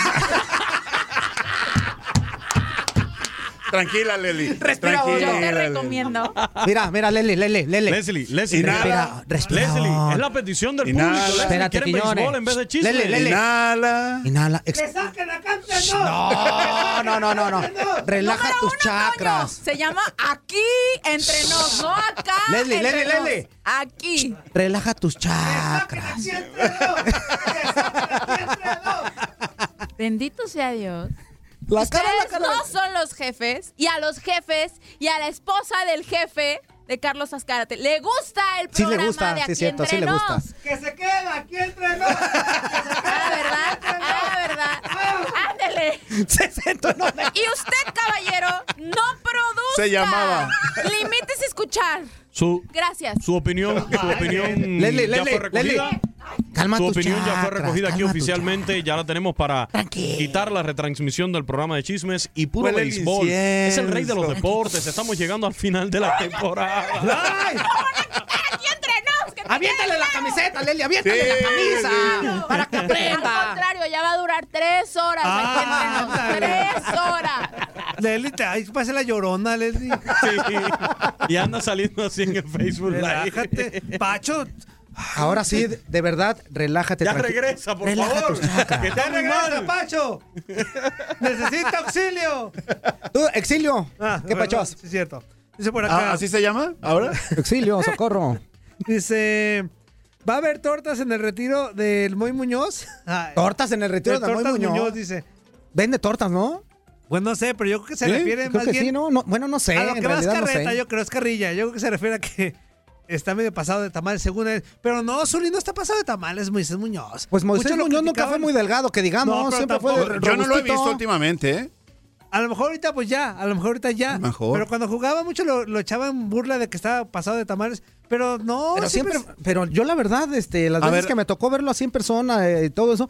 S2: Tranquila, Leli.
S3: Respira vos, yo te
S2: Tranquila, Leli.
S3: recomiendo.
S1: Mira, mira, Lele, Lele, Lele.
S4: Leslie, Leslie,
S1: Respira,
S4: Inhala.
S1: respira.
S4: Leslie, es la petición del público. Leslie,
S1: Espérate,
S4: quieren béisbol
S1: Quiñones.
S4: en vez de chisme.
S1: Lele, Lele.
S2: Inhala.
S1: Inhala. ex-
S5: saquen la canta,
S1: No, no, no, no, no. Relaja tus chakras.
S3: Se llama aquí entre nos, no acá.
S1: Leslie,
S3: entre
S1: Leslie,
S3: nos.
S1: Leslie.
S3: Aquí.
S1: Relaja tus chakras.
S3: Bendito sea Dios.
S1: La
S3: Ustedes
S1: cara, la cara.
S3: no son los jefes y a los jefes y a la esposa del jefe de Carlos Azcárate le gusta el
S1: Sí le
S3: programa
S1: gusta,
S3: de
S1: sí,
S3: aquí
S1: cierto,
S3: entre
S1: sí le gusta.
S3: nos.
S5: Que se queda aquí entre nos.
S3: Ah, verdad, ah, verdad. Ándele. Y usted, caballero, no produzca.
S2: Se llamaba.
S3: Limites a escuchar.
S4: Su,
S3: Gracias.
S4: su opinión, su opinión
S1: Leslie,
S4: ya
S1: Leslie,
S4: fue recogida.
S1: Leslie. Calma
S4: Su
S1: tus
S4: opinión ya fue
S1: chakras,
S4: recogida aquí
S1: calma tus
S4: oficialmente. Ya la tenemos para quitar la retransmisión del programa de chismes y puro
S2: Huele el
S4: béisbol. Es el rey de los
S2: incienso.
S4: deportes. Estamos llegando al final de la temporada.
S1: Aviéntale la camiseta, Leli, aviéntale
S4: Sí,
S1: la camisa. Para que
S3: Al
S1: aprenda.
S3: contrario, ya va a durar tres horas.
S5: Ah,
S3: aquí entre nos. Tres horas.
S5: Leli, te- ay, pasa la llorona, Leli.
S4: Y anda saliendo así en el Facebook Live.
S5: Relájate. Pacho,
S1: Ahora sí, de- de verdad, relájate.
S4: Ya
S1: tranqui- pues,
S4: regresa, por
S1: Relaja
S4: favor.
S1: tus chakras.
S4: Que está
S5: ya
S4: muy
S5: regresa,
S4: mal.
S5: Pacho. Necesita auxilio.
S1: Tú, exilio.
S5: Ah,
S1: ¿Qué
S5: perdón,
S1: pachos?
S5: Sí, es cierto. Dice por acá.
S2: Ah, ¿Así se llama ahora?
S1: Exilio, socorro.
S5: Dice, ¿va a haber tortas en el retiro del Moy Muñoz? Ay,
S1: Tortas en el retiro de, Moy
S5: tortas
S1: Muñoz.
S5: dice.
S1: Vende tortas, ¿no?
S5: Pues no sé, pero yo creo que se
S1: ¿Sí?
S5: refiere
S1: Creo
S5: más
S1: que
S5: bien
S1: sí, ¿no? No, Bueno, no sé.
S5: a lo
S1: en
S5: que más
S1: realidad no
S5: carreta,
S1: sé.
S5: yo creo es carrilla. Yo creo que se refiere a que está medio pasado de tamales, según él. Pero no, Zuli no está pasado de tamales, Moisés Muñoz.
S1: Pues Moisés
S5: Muchos lo
S1: Muñoz nunca
S5: criticaban.
S1: fue muy delgado, que digamos.
S5: No, pero
S1: siempre fue
S5: tampoco-
S1: de-
S2: Yo no lo he
S1: robustito.
S2: visto últimamente, ¿eh?
S5: A lo mejor ahorita, pues ya, a lo mejor ahorita ya.
S2: mejor.
S5: Pero cuando jugaba mucho lo, lo echaban burla de que estaba pasado de tamales. Pero no,
S1: Pero siempre, pero yo la verdad, este, las
S2: A
S1: veces
S2: ver.
S1: que me tocó verlo así en persona eh, y todo eso,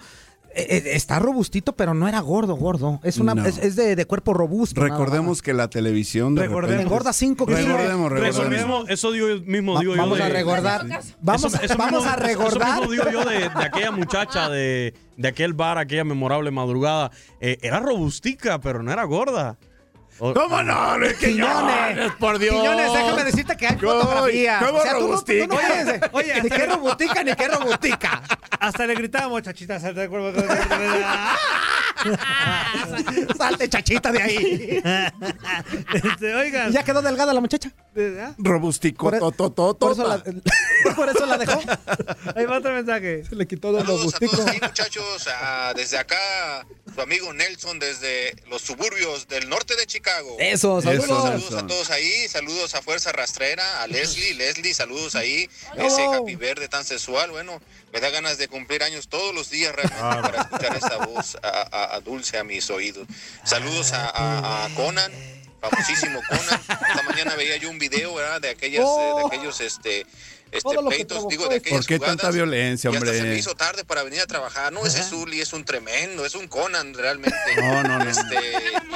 S1: eh, eh, está robustito, pero no era gordo, gordo. Es una,
S2: No.
S1: es, es de, de cuerpo robusto. nada más.
S2: Recordemos que la televisión de
S5: Recordemos.
S2: repente-
S1: Engorda cinco kilos.
S2: Recordemos,
S4: Eso
S2: recordemos.
S4: mismo, eso digo- mismo
S1: Va-
S4: digo yo.
S1: vamos a
S4: de-
S1: recordar. Vamos,
S4: Eso- eso
S1: vamos
S4: mismo-
S1: a recordar.
S4: Eso mismo digo yo de, de aquella muchacha de, de aquel bar, aquella memorable madrugada. Eh, era robustica, pero no era gorda. O-
S2: ¿Cómo no, Luis Quiñones? Por Dios.
S1: Quiñones, déjame decirte que hay
S2: ¿Cómo-
S1: fotografía.
S2: cómo
S1: o sea, tú no-
S2: robustica?
S1: tú no puedes de-
S5: Oye,
S1: ni qué robutica, ni qué robutica.
S5: hasta le gritábamos, chachita, salte de cuerpo.
S1: Salte, chachita, de ahí. Este,
S5: oigan.
S1: Ya quedó delgada la muchacha.
S2: Robustico.
S1: ¿ah? Por, e- por eso la,
S2: tota.
S1: por eso la dejó.
S5: Ahí va otro mensaje.
S1: Se le quitó del
S14: Saludos a
S1: robustico.
S14: todos, sí, muchachos. Ah, desde acá, su amigo Nelson, desde los suburbios del norte de Chicago.
S1: Eso, saludos. Eso,
S14: saludos
S1: Nelson.
S14: a todos ahí. Saludos a Fuerza Rastrera, a Leslie. Leslie, saludos ahí.
S1: Hola.
S14: Ese Happy Verde tan sensual. Bueno, me da ganas de cumplir años todos los días realmente
S1: Ah,
S14: para escuchar esta voz a, a- a dulce a mis oídos. Saludos a,
S1: Ah,
S14: a- a Conan. Famosísimo Conan. Esta mañana veía yo un video ¿verdad? de aquellas, eh, de aquellos este, este
S1: Oh. Todo lo que
S14: pleitos,
S1: provocó
S14: digo, de
S1: esto.
S14: aquellas
S2: ¿Por qué
S14: jugadas.
S2: tanta violencia,
S14: Y hasta se me
S2: hombre?
S14: hizo tarde para venir a trabajar. No, ese Zully es un tremendo, es un Conan realmente.
S2: No, no, no.
S14: Este,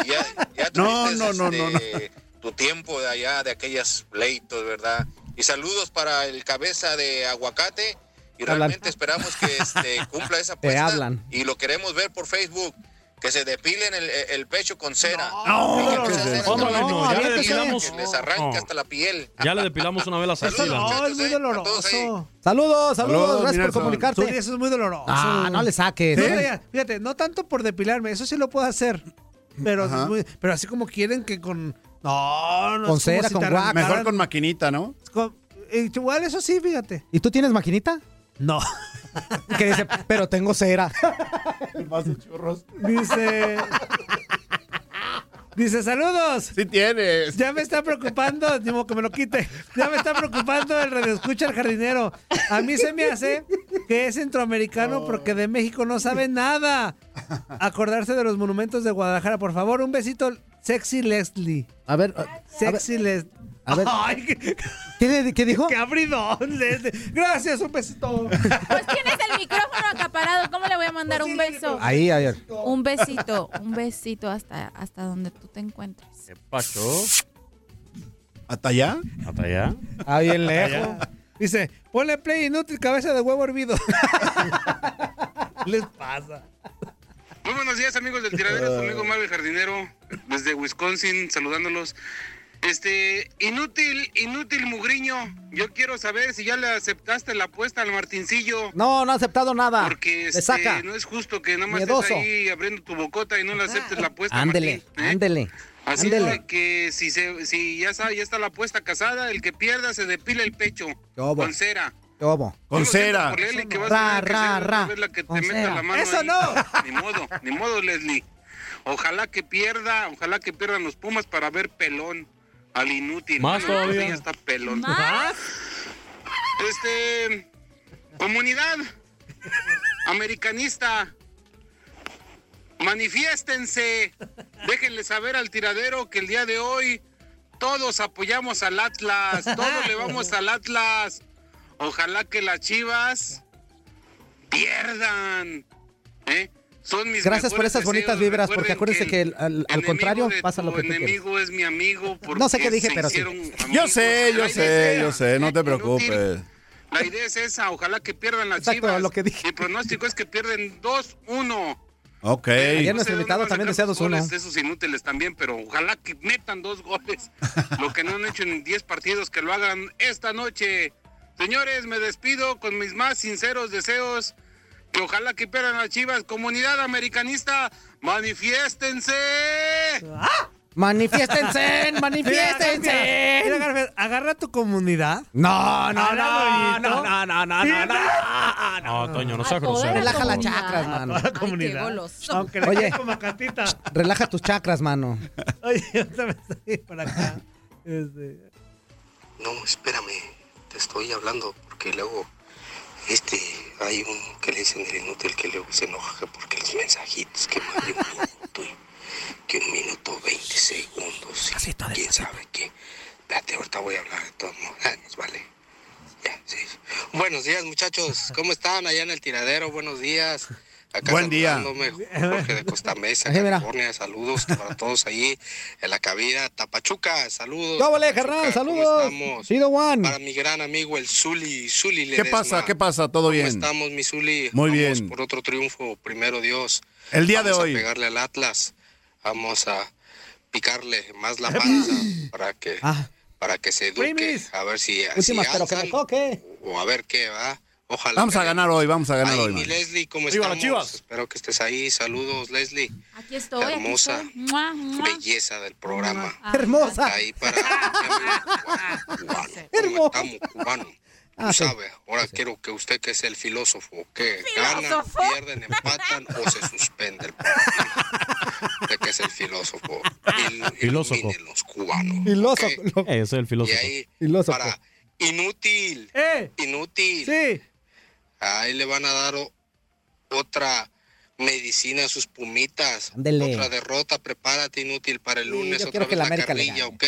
S14: y ya, ya
S2: No,
S14: tuviste,
S2: no, no, no, no.
S14: este, tu tiempo de allá, de aquellas pleitos, ¿verdad? Y saludos para el cabeza de aguacate. Y
S1: Hablan.
S14: realmente esperamos que este, cumpla esa
S1: Te
S14: apuesta.
S1: hablan.
S14: Y lo queremos ver por Facebook. Que se depilen el, el pecho con cera.
S4: No,
S14: Y que
S4: ¿qué
S14: se
S4: es
S14: hacen
S4: eso?
S14: el
S4: No,
S14: trabajo
S4: no, ya le
S14: que
S4: depilamos-
S14: les arranca
S4: No.
S14: hasta la piel.
S4: Ya le depilamos una vela asesina.
S5: No, es muy doloroso.
S1: Saludos, saludos,
S4: Saludos,
S1: gracias
S4: Nelson.
S1: por comunicarte.
S5: Zuli, eso es muy doloroso.
S1: Ah, no le saques.
S5: No,
S1: ¿Sí?
S5: ya, Fíjate, no tanto por depilarme, eso sí lo puedo hacer. Pero, es muy- pero así como quieren que con. No, no
S1: Con
S5: es como
S1: cera,
S5: si
S1: con
S5: te
S1: guac.
S5: arrancaran-
S2: Mejor con maquinita, ¿no?
S5: con- eh, Igual eso sí, fíjate.
S1: ¿Y tú tienes maquinita?
S5: No.
S1: Que dice, pero tengo cera.
S5: Dice. Dice, saludos.
S2: Sí tienes.
S5: Ya me está preocupando, digo que me lo quite. Ya me está preocupando el radioescucha al jardinero. A mí se me hace que es centroamericano porque de México no sabe nada. Acordarse de los monumentos de Guadalajara, por favor, un besito sexy Leslie.
S1: A ver,
S5: Sexy Leslie.
S1: a ver.
S5: Ay, qué,
S1: ¿Qué, qué dijo?
S5: qué abridón, Leslie. Gracias, un besito.
S3: Pues tienes el micrófono acaparado. ¿Cómo le voy a mandar un
S4: Pues
S3: beso?
S1: Ahí, ayer.
S3: Un besito, un besito hasta, hasta donde tú te encuentres.
S4: Pacho.
S2: ¿Hasta allá?
S4: ¿Hasta allá?
S1: Ah, bien
S5: lejos. Dice, ponle play inútil, cabeza de huevo hervido. Les pasa.
S13: Muy buenos días amigos del tiradero, su amigo Mario el Jardinero, desde Wisconsin, saludándolos. Este, inútil, inútil mugriño, yo quiero saber si ya le aceptaste la apuesta al Martincillo.
S1: No, no ha aceptado nada.
S13: Porque
S1: Le
S13: este,
S1: saca.
S13: no es justo que nada más
S1: Miedoso.
S13: estés ahí abriendo tu bocota y no le aceptes la apuesta.
S1: Ándele,
S13: Martín, ¿eh?
S1: ándele.
S13: Así
S1: ándele.
S13: que si, se, si ya, sabe, ya está la apuesta casada, el que pierda se depila el pecho
S1: hubo?
S13: con cera.
S1: ¿Cómo?
S13: Yo lo siento por Leslie, que vas
S1: Ra,
S13: a tener que
S1: ra,
S13: ser
S1: ra.
S13: vez la que te
S1: Con
S13: meta
S1: cera.
S13: la mano
S1: Eso
S13: ahí.
S1: no.
S13: Ni modo, ni modo, Leslie. Ojalá que pierda, ojalá que pierdan los Pumas para ver pelón al inútil.
S4: Más
S13: Bueno,
S4: todavía.
S13: ese Ya está pelón.
S4: Más.
S13: Este comunidad americanista, manifiéstense. Déjenle saber al tiradero que el día de hoy todos apoyamos al Atlas, todos le vamos al Atlas. Ojalá que las Chivas pierdan. ¿eh? Son mis
S1: Gracias por
S13: mejores
S1: esas bonitas
S13: deseos.
S1: vibras, porque
S13: Recuerden
S1: acuérdense que el- al, al
S13: enemigo
S1: contrario
S13: de
S1: pasa lo
S13: tu
S1: que tú quieres.
S13: enemigo es mi amigo.
S1: No sé qué
S13: porque
S1: dije,
S13: se
S1: pero sí.
S13: hicieron
S2: Yo
S13: amigos.
S2: sé, yo
S13: La idea
S2: sé,
S13: era-
S2: yo sé. No te preocupes.
S13: La idea es esa. Ojalá que pierdan las
S1: Exacto,
S13: Chivas.
S1: lo que dije.
S13: Mi pronóstico es que pierden 2-1.
S2: Ok.
S1: Ayer
S13: No sé
S1: nuestro
S13: dónde
S1: invitado
S13: van a
S1: también decía
S13: sacar los
S1: 2-1.
S13: goles de Esos inútiles también, pero ojalá que metan dos goles. Lo que no han hecho en 10 partidos, que lo hagan esta noche. Señores, me despido con mis más sinceros deseos. Que ojalá que pierdan las chivas. Comunidad americanista, manifiéstense.
S1: Manifiéstense,
S5: Mira, mira,
S1: manifiéstense.
S5: Garfield, agarra tu comunidad.
S1: No, no, no,
S5: Agarra,
S1: no, no, no, no, no, no.
S4: No, Toño, no seas
S1: Toda
S4: grosero.
S1: la
S4: por
S1: Relaja
S4: favor.
S1: las chacras, mano.
S5: Toda la comunidad. Aunque le
S1: Oye.
S5: Oye. como catita.
S1: Relaja tus chakras, mano.
S5: Oye, otra vez ahí para acá. Este,
S15: No, espérame, te estoy hablando porque luego este hay un que le dicen el inútil que luego se enoja porque los mensajitos que más de un minuto y que un minuto 20 segundos y quién sabe qué. Espérate, ahorita voy a hablar de todos modos. Ah, nos vale. Ya, sí. Buenos días, muchachos. ¿Cómo están allá en el tiradero? Buenos días. Acá
S2: Buen día.
S15: saludándome, Jorge de Costa Mesa,
S1: Ahí, mira.
S15: California. Saludos para todos ahí en la cabina. Tapachuca, saludos.
S1: ¿Cómo le,
S15: Tapachuca,
S1: carnal?
S15: ¿cómo
S1: Saludos.
S15: estamos?
S1: Chido Juan.
S15: Para mi gran amigo, el Zuli, Zuli
S2: ¿Qué
S15: Ledesma.
S2: pasa? ¿Qué pasa? ¿Todo
S15: ¿Cómo
S2: bien?
S15: estamos, mi Zuli?
S2: Muy
S15: Vamos
S2: bien.
S15: por otro triunfo, primero Dios.
S2: El día de
S15: Vamos
S2: hoy.
S15: a pegarle al Atlas. Vamos a picarle más
S2: Eh,
S15: la panza
S2: pues.
S15: para
S2: Ah.
S15: que, para que se eduque.
S1: Primis.
S15: A ver si, si
S1: Últimas, pero que
S15: alzan
S1: me toque.
S15: o a ver qué, va Ojalá.
S2: Vamos a
S15: ganemos.
S2: ganar hoy, vamos a ganar
S15: Ay,
S2: hoy.
S15: mi
S2: man.
S15: Leslie, ¿cómo
S2: Viva las
S15: estamos?
S2: Chivas.
S15: Espero que estés ahí. Saludos, Leslie.
S3: Aquí estoy, aquí
S15: Hermosa.
S3: estoy. Mua, mua.
S15: Belleza del programa.
S1: Hermosa.
S15: Ahí para
S1: Hermosa.
S15: Estamos cubano.
S1: Ah, sí.
S15: ¿Sabe? Ahora quiero que usted, que es el filósofo, que gana,
S11: ¿Filósofo?
S15: pierden, empatan o se suspende el partido. Usted que es el filósofo. Il-
S4: Filósofo.
S15: cubano.
S1: Filósofo.
S4: Ese es el filósofo.
S15: Y ahí,
S1: Filósofo.
S15: para inútil, inútil. Ahí le van a dar o- otra medicina a sus pumitas.
S1: Ándele.
S15: Otra derrota, prepárate inútil para el lunes.
S1: yo
S15: otra
S1: quiero que
S15: vez
S1: la
S15: la,
S1: América le
S15: carrilla, ¿ok?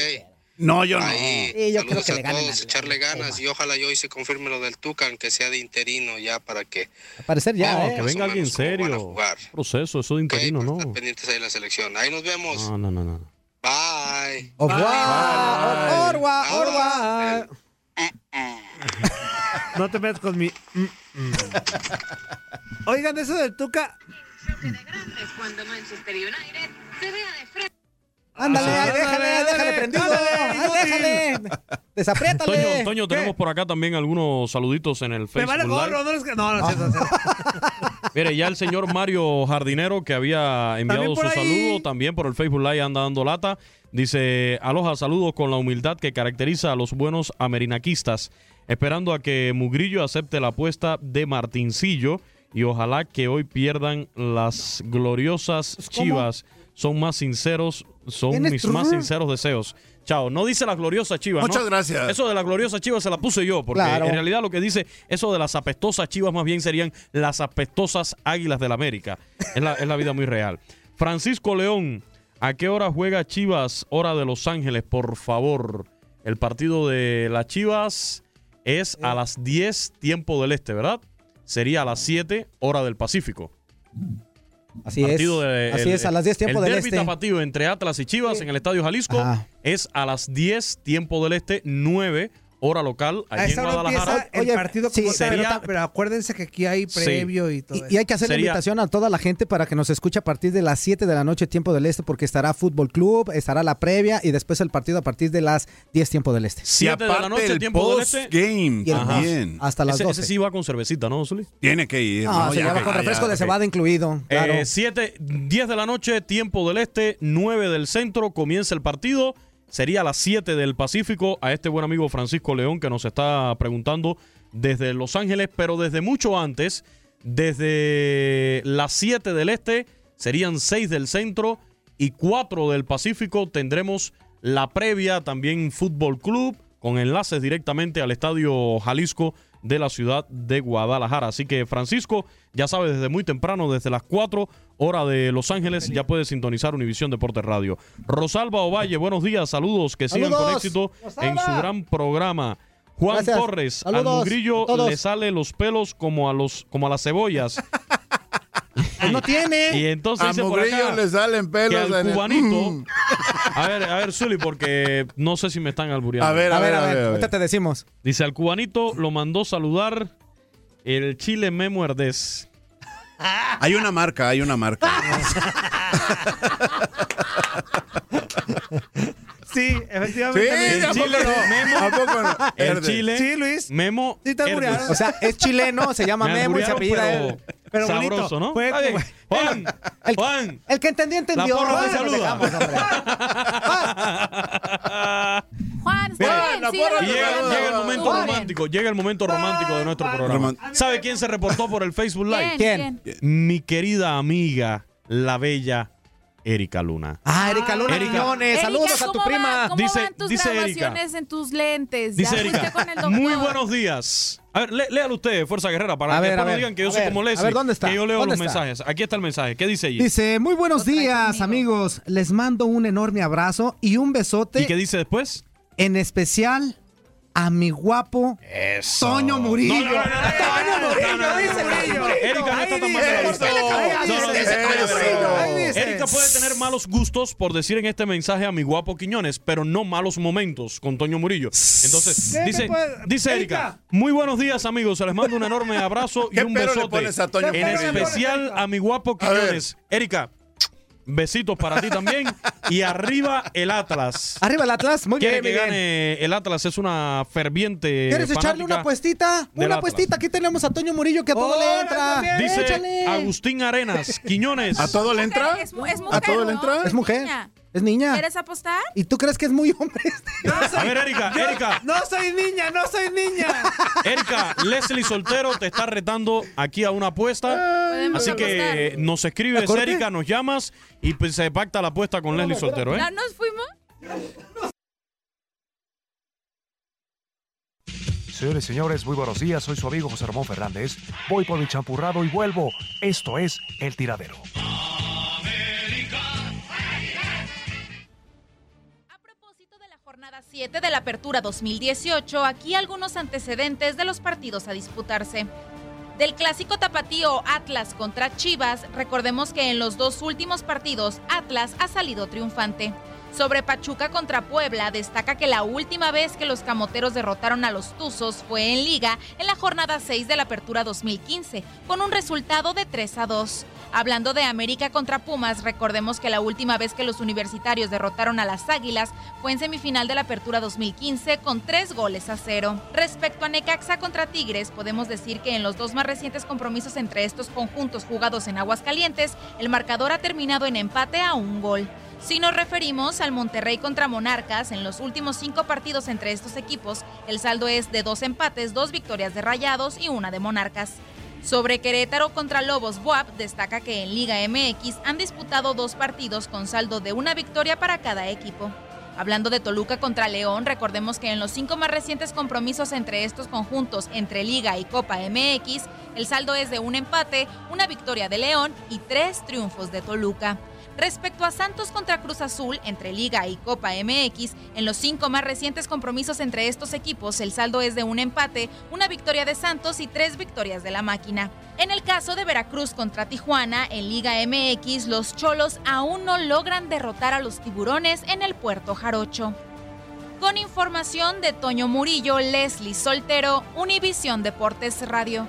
S2: No, yo no.
S15: Ahí,
S1: Sí, yo creo
S15: saludos
S1: que le
S15: a
S1: ganan
S15: todos,
S1: al-
S15: echarle ganas y ojalá y hoy se confirme lo del Tucan, que sea de interino ya para que
S1: Al parecer ya,
S4: No,
S1: ¿eh?
S4: que venga alguien serio. Proceso, eso de interino,
S15: pues,
S4: ¿no?
S15: pendientes ahí la selección. Ahí nos vemos.
S4: No, no, no, no.
S15: Bye.
S1: Au revoir.
S15: Bye.
S1: Orwa,
S5: Oh,
S1: orwa.
S5: No te metas con mi. mm, mm. Oigan, eso del Tuca.
S9: Cuando Manchester United se vea de frente.
S1: Ándale,
S4: Ah,
S1: ahí déjale, ahí déjale
S5: ándale,
S1: prendido. Ahí
S5: ándale,
S1: déjale. Desapriétale.
S4: Toño, Toño, tenemos por acá también algunos saluditos en el
S5: Me
S4: Facebook
S5: vale
S4: Live.
S5: gorro, no les. No, no, es cierto, no es cierto.
S4: Mire, ya el señor Mario Jardinero, que había enviado
S5: También
S4: su
S5: por ahí.
S4: saludo, también por el Facebook Live anda dando lata. Dice, aloja saludos con la humildad que caracteriza a los buenos amerinaquistas, esperando a que Mugrillo acepte la apuesta de Martincillo y ojalá que hoy pierdan las gloriosas
S5: Pues,
S1: ¿cómo?
S4: chivas. Son más sinceros, son
S1: ¿Tienes
S4: mis
S1: trrr?
S4: más sinceros deseos. Chao, no dice las gloriosas chivas. ¿no?
S2: Muchas gracias.
S4: Eso de las gloriosas chivas se la puse yo, porque
S2: Claro.
S4: en realidad lo que dice eso de las apestosas chivas más bien serían las apestosas águilas del América. Es la, es la vida muy real. Francisco León, ¿a qué hora juega Chivas? Hora de Los Ángeles, por favor. El partido de las Chivas es a las 10, tiempo del este, ¿verdad? Sería a las 7, hora del Pacífico.
S1: Así es.
S4: Partido de-
S1: Así
S4: el-
S1: es, a las 10 tiempo
S4: el
S1: del
S4: derbi
S1: este.
S4: tapatío entre Atlas y Chivas en el Estadio Jalisco es a las 10 tiempo del este, 9 hora local
S5: A
S4: allí en
S5: esa hora
S4: Guadalajara.
S5: empieza el partido
S4: sí,
S5: como tal,
S4: sería-
S5: pero, pero acuérdense que aquí hay
S4: Sí.
S5: previo y todo.
S1: Y, y hay que hacer la
S4: Sería-
S1: invitación a toda la gente para que nos escuche a partir de las 7 de la noche, tiempo del este, porque estará Fútbol Club, estará la previa y después el partido a partir de las 10 tiempo del este.
S2: Y aparte el post-game
S1: Y el
S2: también.
S1: post, hasta las
S4: este. ese,
S1: 12.
S4: ese sí va con cervecita, ¿no, Zuli?
S2: Tiene que ir.
S1: No,
S2: ¿no?
S1: se
S2: Ya
S1: lleva
S2: que-
S1: con
S2: ah, ya,
S1: refresco de
S2: ok.
S1: cebada incluido. Claro.
S4: Eh, 7, 10 de la noche, tiempo del este, 9 del centro, comienza el partido. Sería a las 7 del Pacífico a este buen amigo Francisco León que nos está preguntando desde Los Ángeles, pero desde mucho antes, desde las 7 del este, serían 6 del centro y 4 del Pacífico. Tendremos la previa también Fútbol Club con enlaces directamente al Estadio Jalisco de la ciudad de Guadalajara. Así que Francisco, ya sabes, desde muy temprano, desde las 4 hora de Los Ángeles, ya puedes sintonizar Univisión Deportes Radio. Rosalba Ovalle, buenos días, saludos, que sigan con
S1: Saludos,
S4: éxito en
S1: Rosalba.
S4: su gran programa. Juan
S1: Gracias.
S4: Torres,
S1: Saludos
S4: al
S1: a
S4: mugrillo
S1: todos.
S4: le sale los pelos como a los como a las cebollas.
S1: Pues no tiene.
S4: Y entonces
S2: A
S4: dice por
S2: Mugrillo
S4: acá
S2: le salen pelos
S4: que al
S2: en el- Mm,
S4: cubanito. A ver, a ver, Zuli, porque no sé si me están albureando.
S2: A ver, a A ver, ver, a a ver, ver. a ver.
S1: Ahorita te decimos.
S4: Dice al cubanito lo mandó saludar el chile Memo Herdez.
S2: Hay una marca, hay una
S1: Ah,
S2: marca.
S5: Sí, efectivamente.
S2: Sí,
S5: también.
S2: ¿a poco
S5: Chile,
S2: no?
S5: Memo.
S2: ¿A poco no?
S4: El
S2: Herdez.
S4: chile
S5: Sí, Luis.
S4: Memo
S5: Sí, te alburearon.
S4: Herdez.
S1: O sea, es chileno, se llama
S4: Me
S1: Memo y se
S4: alburearon,
S1: apellida
S4: pero-
S1: él.
S4: pero sabroso, ¿no?
S5: Fue-
S4: Está bien. Juan, Juan,
S1: El que entendió,
S4: la
S1: entendió.
S4: porra te
S1: Bueno,
S4: saluda.
S1: dejamos, hombre.
S3: Juan, está
S4: Mira,
S3: bien,
S4: la
S3: síguelo
S4: porra, llega,
S3: mandando.
S4: llega el momento
S3: Juan.
S4: romántico, llega el momento romántico de nuestro programa. ¿Sabe quién se reportó por el Facebook Live?
S3: ¿Quién?
S4: Mi querida amiga, la bella Erika Luna.
S1: Ah, Erika Luna
S4: Erika.
S1: Quiñones,
S3: Erika,
S1: saludos a
S3: ¿cómo
S1: tu
S3: va-
S1: prima.
S3: ¿Cómo
S4: Dice-
S3: van tus
S4: dice Erika.
S3: grabaciones en tus lentes? Pues ¿Ya
S4: Dice
S3: fuiste
S4: Erika,
S3: con el doctor?
S4: muy buenos días. A ver, lé- léalo usted, Fuerza Guerrera, para
S1: A
S4: que
S1: ver,
S4: después
S1: a
S4: no
S1: ver,
S4: digan que
S1: a
S4: yo soy
S1: ver,
S4: como
S1: a
S4: Leslie,
S1: ver, ¿dónde está?
S4: que yo leo
S1: ¿Dónde
S4: los
S1: está?
S4: mensajes. Aquí está el mensaje. ¿Qué dice ella?
S1: Dice, muy buenos días, amigos. Les mando un enorme abrazo y un besote.
S4: ¿Y qué dice después?
S1: En especial a mi guapo Toño Murillo.
S4: No, no, no, no, no,
S1: Toño Murillo,
S4: no, no,
S1: dice
S4: no, no,
S1: Murillo.
S4: no, no. Erika no
S1: Ahí
S4: está tan
S1: dice,
S4: mal.
S1: ¿por qué
S4: No,
S1: le
S4: no,
S1: cambiaste?
S4: dice,
S1: Ahí
S4: espera,
S1: dice,
S4: espera.
S1: ahí dice.
S4: Erika puede tener malos gustos por decir en este mensaje a mi guapo Quiñones, pero no malos momentos con Toño Murillo. Entonces,
S5: ¿Qué me
S4: dice,
S5: puede-
S4: dice Erika, muy buenos días amigos, se les mando un enorme abrazo y
S2: ¿Qué
S4: un
S2: pero le
S4: besote.
S2: pones a Toño
S4: En
S2: Murillo?
S4: especial a mi guapo
S2: A ver.
S4: Quiñones. Erika, Besitos para ti también. Y arriba el Atlas.
S1: Arriba el Atlas, muy
S4: Quiere
S1: bien.
S4: que
S1: Miguel.
S4: gane el Atlas. Es una ferviente.
S1: ¿Quieres echarle
S4: fanática.
S1: una puestita?
S4: del
S1: Una
S4: Atlas.
S1: puestita. Aquí tenemos a Toño Murillo que a todo le entra.
S4: Dice
S1: Échale.
S4: Agustín Arenas, Quiñones.
S2: ¿A todo le entra?
S3: Es, mu- es mujer,
S2: ¿A todo
S3: ¿no?
S2: le entra?
S1: Es mujer.
S3: Niña.
S1: Es niña.
S3: ¿Quieres apostar?
S1: ¿Y tú crees que es muy hombre? este?
S4: A ver, Erika, Erika,
S5: No soy niña, no soy niña.
S4: Erika, Leslie Soltero te está retando aquí a una apuesta.
S3: Podemos
S4: Así que
S3: apostar.
S4: nos
S3: ¿La
S4: escribes,
S3: corte?
S4: Erika, nos llamas y pues, se pacta la apuesta con Leslie Soltero, ¿eh?
S3: ¿Ya nos fuimos?
S7: Señores y señores, muy buenos días. Soy su amigo José Ramón Fernández. Voy por mi champurrado y vuelvo. Esto es El Tiradero.
S3: jornada 7 de la Apertura 2018, aquí algunos antecedentes de los partidos a disputarse. Del clásico tapatío Atlas contra Chivas, recordemos que en los dos últimos partidos Atlas ha salido triunfante. Sobre Pachuca contra Puebla, destaca que la última vez que los camoteros derrotaron a los Tuzos fue en Liga en la jornada 6 de la Apertura 2015, con un resultado de 3 a 2. Hablando de América contra Pumas, recordemos que la última vez que los universitarios derrotaron a las Águilas fue en semifinal de la Apertura 2015 con tres goles a cero. Respecto a Necaxa contra Tigres, podemos decir que en los dos más recientes compromisos entre estos conjuntos jugados en Aguascalientes, el marcador ha terminado en empate a un gol. Si nos referimos al Monterrey contra Monarcas, en los últimos cinco partidos entre estos equipos, el saldo es de dos empates, dos victorias de Rayados y una de Monarcas. Sobre Querétaro contra Lobos Buap, destaca que en Liga MX han disputado dos partidos con saldo de una victoria para cada equipo. Hablando de Toluca contra León, recordemos que en los cinco más recientes compromisos entre estos conjuntos, entre Liga y Copa MX, el saldo es de un empate, una victoria de León y tres triunfos de Toluca. Respecto a Santos contra Cruz Azul, entre Liga y Copa MX, en los cinco más recientes compromisos entre estos equipos, el saldo es de un empate, una victoria de Santos y tres victorias de la máquina. En el caso de Veracruz contra Tijuana, en Liga MX, los Cholos aún no logran derrotar a los tiburones en el Puerto Jarocho. Con información de Toño Murillo, Leslie Soltero, Univisión Deportes Radio.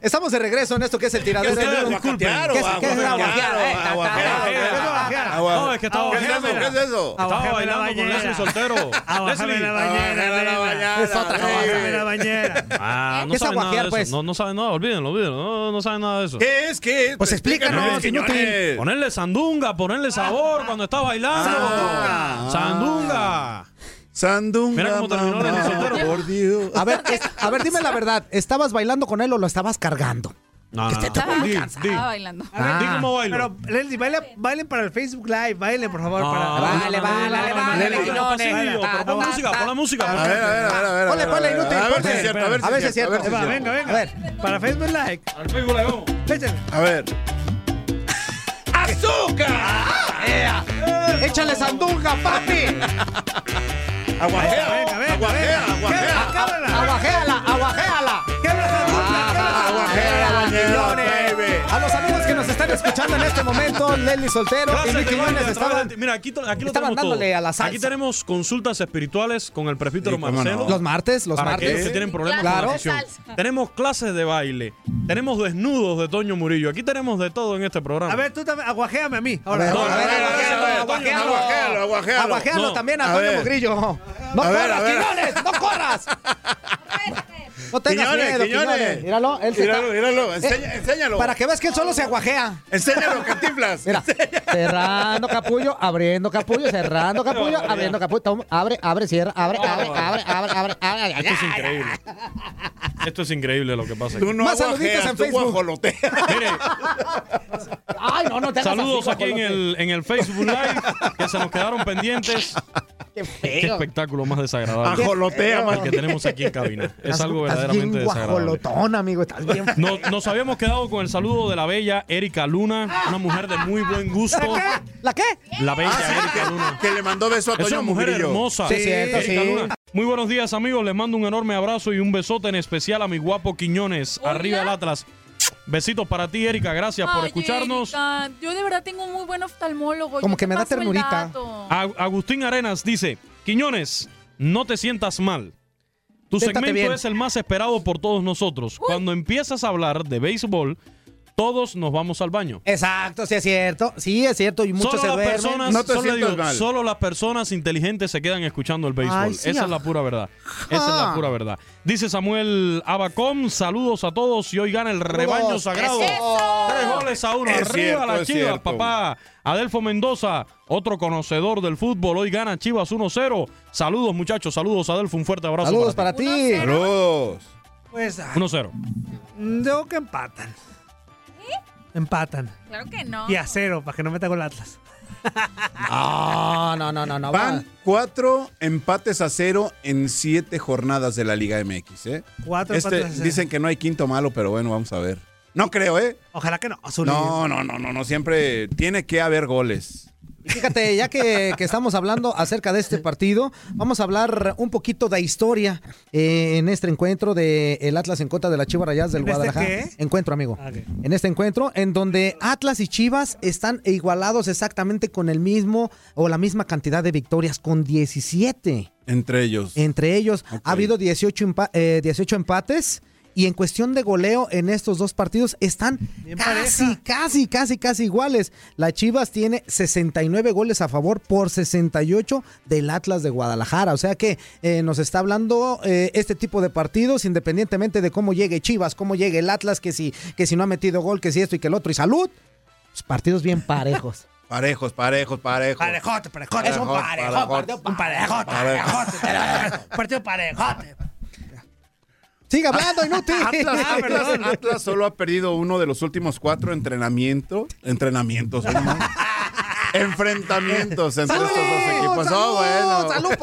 S1: Estamos de regreso en esto que es el tiradero.
S4: ¿Ustedes
S1: Disculpen.
S4: guacatear o
S1: ¿Qué es- qué es la
S4: aguacatear?
S1: guacateada, eh?
S4: Aguacatear,
S1: Ta- ta- ta-
S4: aguacatear.
S1: ta- ta-
S4: Agua- No, es que estaba
S1: ¿Qué es eso?
S4: bailando.
S1: ¿Qué es eso?
S4: Estaba
S1: Aguájame la
S4: bailando con
S1: bañera.
S4: Leslie Soltero.
S1: Aguájame
S4: Leslie.
S1: la bañera,
S4: Aguájame la
S1: nena.
S4: bañera,
S1: Es otra cosa.
S4: Leslie.
S1: la bañera.
S4: Ah, no
S1: ¿Qué es
S4: saben nada de
S1: aguajear,
S4: eso.
S1: pues?
S4: No, no saben nada, olvídenlo, olvídenlo. No, no saben nada de eso.
S2: ¿Qué es? ¿Qué es?
S1: Pues explícanos,
S2: Señores.
S1: inútil.
S4: Ponerle sandunga, ponerle sabor cuando está bailando.
S2: Ah.
S4: Sandunga.
S2: Sandunga.
S4: Mira cómo terminó Leslie Soltero.
S2: Por Dios.
S1: A ver, es- a ver, dime la verdad. ¿Estabas bailando con él o lo estabas cargando?
S4: No, no, no.
S1: Estaba
S4: Di, di.
S3: Estaba bailando.
S5: A ver,
S1: Ah.
S5: di
S4: cómo bailo.
S5: Pero, Leslie, baila- bailen para el Facebook Live, bailen, por favor. para-
S1: Vale,
S5: Baila,
S1: vale, vale,
S5: baila,
S1: Leslie,
S5: baila,
S1: no,
S5: baila,
S1: nena.
S5: baila,
S1: Ta,
S5: por
S1: ta,
S5: favor.
S4: Música, pon la música.
S2: A ver, a ver, a ver, a ver. a
S1: Ponle,
S2: ver,
S1: ponle,
S2: a ver,
S1: inútil,
S2: A ver si
S1: ponle.
S2: es cierto, a ver si
S1: A ver
S2: es cierto.
S5: Ahí va,
S2: a ver si es
S5: venga,
S2: cierto.
S5: venga.
S1: A ver.
S5: Para Facebook Live.
S4: Al Facebook le vamos.
S5: Échale.
S2: A ver.
S11: Ah,
S1: ¡Échale sandunga, papi!
S2: Aguajea.
S5: Venga, venga,
S2: Aguajea,
S5: venga.
S2: aguajea.
S5: Cámara.
S1: ¡Aguajéala, aguajéala!
S5: Cámara, Sandunga, cámara.
S2: Aguajea, bañera,
S1: Quiñones.
S2: baby.
S1: A los amigos que nos están escuchando en este momento, Leli Soltero y
S4: Clases
S1: Nicky
S4: de baile
S1: Quiñones
S4: a través
S1: estaban...
S4: de- Mira, aquí, to- aquí lo
S1: estaban
S4: tenemos todo.
S1: dándole a la salsa.
S4: Aquí tenemos consultas espirituales con el presbítero
S2: Sí, cómo
S4: Marcelo.
S2: no.
S1: Los martes, los
S4: para aquellos
S1: martes.
S4: que tienen problemas
S3: Claro.
S4: con la adicción.
S3: Salsa.
S4: Tenemos clases de baile. Tenemos desnudos de Toño Murillo. Aquí tenemos de todo en este programa.
S5: A ver, tú también, aguajeame a mí. Ahora,
S1: A ver,
S4: No,
S1: a
S4: no,
S1: ver,
S4: no,
S1: aguajealo,
S4: no, no,
S1: aguajealo.
S2: aguajealo, aguajealo.
S1: Aguajealo
S4: No.
S1: también a
S2: A
S1: Antonio
S2: ver.
S1: Mugrillo. No
S2: A ver,
S1: corras,
S2: a ver.
S1: Quiñones, no corras. No tengas
S2: Quiñones,
S1: miedo, Quiñones.
S2: Quiñones.
S1: Míralo, él se
S2: Míralo,
S1: está-
S2: míralo.
S1: Eh,
S2: enseña- Enséñalo.
S1: Para que veas que él solo se aguajea.
S2: Enséñalo, cantinflas.
S1: Mira, cerrando capullo, abriendo capullo, cerrando capullo, abriendo capullo. Toma, abre, abre, cierra, abre, abre, Ah, abre, abre, abre, abre.
S4: Esto es increíble. Esto es increíble lo que pasa. aquí.
S2: Tú no
S1: Más saluditos
S2: aguajeas,
S1: en
S2: tú
S1: Facebook.
S2: guajoloteas.
S4: Mire,
S1: Ay, no, no te hagas
S4: saludos
S1: así,
S4: aquí en
S1: guajolote.
S4: el, en el Facebook Live que se nos quedaron pendientes. Qué
S1: Qué feo.
S4: espectáculo más desagradable
S2: Ajolotea,
S4: el que
S2: man.
S4: tenemos aquí en cabina. Es algo
S1: Estás bien
S4: verdaderamente desagradable.
S1: guajolotón, amigo. Estás bien
S4: Nos, nos habíamos quedado con el saludo de la bella Erika Luna, una mujer de muy buen gusto.
S1: ¿La qué?
S4: La bella
S2: Ah, sí,
S4: Erika Luna.
S2: que- Que le mandó beso a
S4: Es
S2: Toño
S4: una mujer
S2: Murillo.
S4: hermosa.
S1: Sí, es cierto,
S4: Erika
S1: sí.
S4: Luna. Muy buenos días, amigos. Les mando un enorme abrazo y un besote en especial a mi guapo Quiñones. Arriba el Atlas. Besitos para ti, Erika. Gracias por
S3: Ay,
S4: escucharnos.
S3: Erika, yo de verdad tengo un muy buen oftalmólogo.
S4: Como
S3: yo
S4: que
S3: te
S4: me da
S3: paso el
S4: ternurita.
S3: dato.
S4: Ag- Agustín Arenas dice, Quiñones, no te sientas mal. Tu
S1: Siéntate
S4: segmento
S1: bien.
S4: es el más esperado por todos nosotros. Cuando empiezas a hablar de béisbol, todos nos vamos al baño.
S1: Exacto, sí es cierto. Sí, es cierto. Y
S4: Solo
S1: muchos se
S4: las,
S1: duermen.
S4: personas, solo, le digo, solo las personas inteligentes se quedan escuchando el béisbol.
S1: Ay,
S4: Esa
S1: sí,
S4: es la
S1: ajá. Ah.
S4: pura verdad. Esa es la pura verdad. Dice Samuel Abacom, saludos a todos y hoy gana el rebaño sagrado. Tres goles a uno.
S2: Es
S4: Arriba
S2: cierto,
S4: las
S2: es
S4: chivas,
S2: cierto.
S4: papá. Adelfo Mendoza, otro conocedor del fútbol. Hoy gana Chivas 1-0. Saludos, muchachos. Saludos, Adelfo. Un fuerte abrazo.
S1: Saludos para ti.
S2: Saludos.
S5: Pues ah,
S4: 1-0.
S5: creo que empatan. Empatan.
S3: Claro que no.
S5: Y a cero, para que no meta con el Atlas.
S4: Ah.
S1: No, no, no, no, no.
S2: Van cuatro empates a cero en siete jornadas de la Liga MX, ¿eh?
S5: Cuatro
S2: Este,
S5: empates a cero.
S2: Dicen que no hay quinto malo, pero bueno, vamos a ver. No creo, ¿eh?
S5: Ojalá que no. Zuli.
S2: No, no, no, no, no. Siempre tiene que haber goles.
S1: Fíjate, ya que, que estamos hablando acerca de este partido, vamos a hablar un poquito de historia eh, en este encuentro de el Atlas en contra de la Chivas Rayadas del
S5: ¿En este
S1: Guadalajara.
S5: qué?
S1: Encuentro, amigo.
S5: Ah, ok.
S1: En este encuentro, en donde Atlas y Chivas están igualados exactamente con el mismo o la misma cantidad de victorias, con 17.
S2: Entre ellos.
S1: Entre ellos ha habido 18, empa- eh, 18 empates y en cuestión de goleo en estos dos partidos están casi, casi, casi, casi iguales. La Chivas tiene 69 goles a favor por 68 del Atlas de Guadalajara. O sea que eh, nos está hablando eh, este tipo de partidos independientemente de cómo llegue Chivas, cómo llegue el Atlas, que si, que si no ha metido gol, que si esto y que el otro y salud. Pues, partidos bien parejos.
S2: Parejos, parejos, parejos.
S5: Parejote, parejote. Es un parejote. partido parejote. Parejote. Partido parejote.
S1: Sigue hablando, inútil.
S5: Ah,
S2: Atlas, Atlas- Atlas solo ha perdido uno de los últimos cuatro entrenamientos. Entrenamientos, ¿no? Enfrentamientos entre estos dos equipos. Oh, bueno.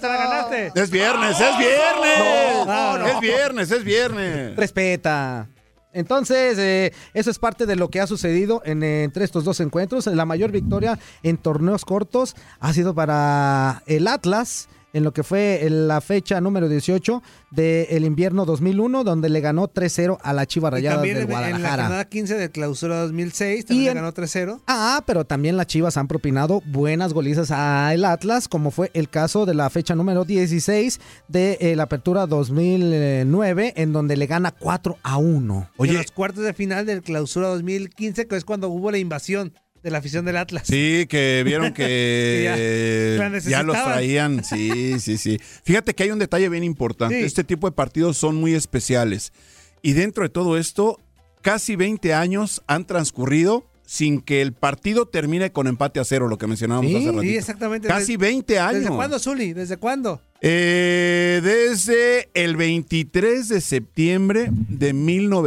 S5: ¡Te la ganaste!
S2: Es viernes, es viernes.
S1: No, no.
S2: Es viernes, es viernes.
S1: Respeta. Entonces, eh, eso es parte de lo que ha sucedido en, eh, entre estos dos encuentros. La mayor victoria en torneos cortos ha sido para el Atlas, en lo que fue en la fecha número 18 del invierno 2001, donde le ganó 3-0 a la Chiva
S5: Y
S1: Rayada
S5: también
S1: del
S5: en, en la
S1: Guadalajara.
S5: jornada 15 de clausura 2006 también le ganó 3-0.
S1: Ah, pero también las Chivas han propinado buenas golizas al Atlas, como fue el caso de la fecha número 16 de eh, la apertura 2009, en donde le gana 4 a 1.
S5: Oye. En los cuartos de final del clausura 2015, que es cuando hubo la invasión de la afición del Atlas.
S2: Sí, que vieron
S5: Que ya-
S2: que
S5: la
S2: ya,
S5: necesitaban.
S2: los traían. Sí, sí, sí. Fíjate que hay un detalle bien importante.
S5: Sí.
S2: Este tipo de partidos son muy especiales. Y dentro de todo esto, casi 20 años han transcurrido sin que el partido termine con empate a cero, lo que mencionábamos hace ratito.
S5: sí, exactamente.
S2: Casi
S5: Desde-
S2: 20 años.
S5: ¿Desde cuándo, Zuli? ¿Desde cuándo?
S2: Eh, desde el 23 de septiembre de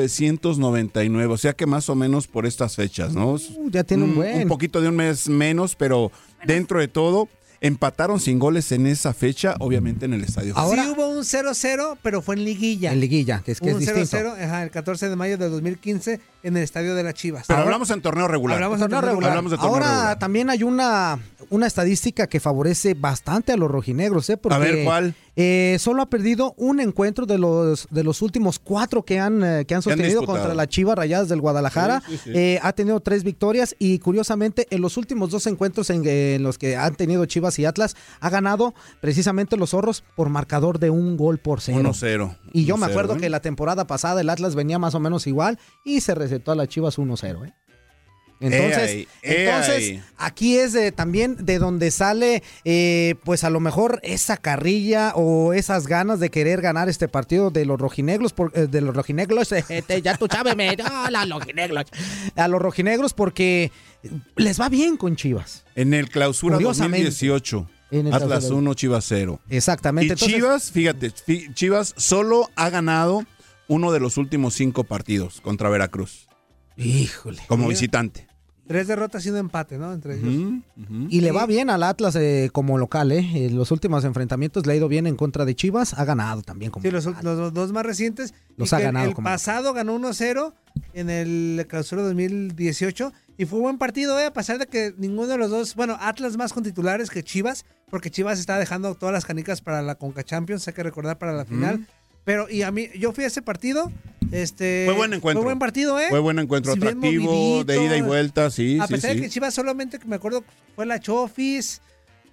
S2: 1999, o sea que más o menos por estas fechas, ¿no?
S1: ya tiene Mm, un buen.
S2: Pues, Mm, Un poquito de un mes menos, pero dentro de todo, empataron sin goles en esa fecha,
S1: Mm.
S2: obviamente en el Estadio
S5: sí hubo un 0-0, pero fue en liguilla.
S1: En liguilla, que es que
S5: Hubo
S1: es
S5: un
S1: distinto.
S5: 0-0, ajá, el 14 de mayo de 2015 en el estadio de las Chivas.
S2: Pero hablamos en torneo regular.
S5: Hablamos en
S1: Torneo
S5: torneo
S1: regular.
S5: regular.
S2: Hablamos de torneo
S1: Ahora
S2: regular.
S1: también hay una, una estadística que favorece bastante a los rojinegros, ¿eh? Porque,
S2: A ver, ¿cuál?
S1: eh, solo ha perdido un encuentro de los, de los últimos cuatro que han, eh, que han
S2: Que han
S1: sostenido
S2: disputado.
S1: contra la Chivas Rayadas del Guadalajara.
S2: Sí, sí, sí.
S1: Eh, ha tenido tres victorias y curiosamente en los últimos dos encuentros en, eh, en los que han tenido Chivas y Atlas, ha ganado precisamente los zorros por marcador de un gol por cero.
S2: 1-0.
S1: Y yo me
S2: 1-0,
S1: acuerdo
S2: ¿eh?
S1: que la temporada pasada el Atlas venía más o menos igual y se recetó a las Chivas 1-0, ¿eh? Entonces,
S2: Eh, ahí, eh,
S1: entonces
S2: ahí.
S1: aquí es de- también de donde sale, eh, pues a lo mejor esa carrilla o esas ganas de querer ganar este partido de los rojinegros, por- eh, de los rojinegros, eh, este, ya tú sabes, me- ah, la rojinegros. a los rojinegros porque les va bien con Chivas.
S2: En el clausura
S1: Curiosamente.
S2: 2018.
S1: En el
S2: Atlas
S1: clausura.
S2: 1, Chivas 0.
S1: Exactamente.
S2: Y
S1: entonces-
S2: Chivas, fíjate, fi- Chivas solo ha ganado uno de los últimos cinco partidos contra Veracruz.
S1: Híjole.
S2: Como visitante.
S5: Tres derrotas y un empate, ¿no? Entre ellos.
S1: Y le va bien al Atlas eh, como local, ¿eh? En los últimos enfrentamientos le ha ido bien en contra de Chivas, ha ganado también como
S5: Sí, los, los- los dos más recientes.
S1: Los
S5: Y
S1: ha
S5: que
S1: ganado
S5: El
S1: como-
S5: pasado ganó 1-0 en el clausura 2018 y fue buen partido, eh, a pesar de que ninguno de los dos, bueno, Atlas más con titulares que Chivas, porque Chivas está dejando todas las canicas para la Conca Champions, hay que recordar para la final. Pero, y a mí, yo fui a ese partido. Este,
S2: Fue buen encuentro.
S5: Fue buen partido, ¿eh?
S2: Fue buen encuentro,
S5: Sí, bien
S2: atractivo,
S5: movidito.
S2: de ida y vuelta, sí,
S5: A
S2: sí,
S5: pesar
S2: sí.
S5: de que Chivas solamente, me acuerdo, fue la Chofis.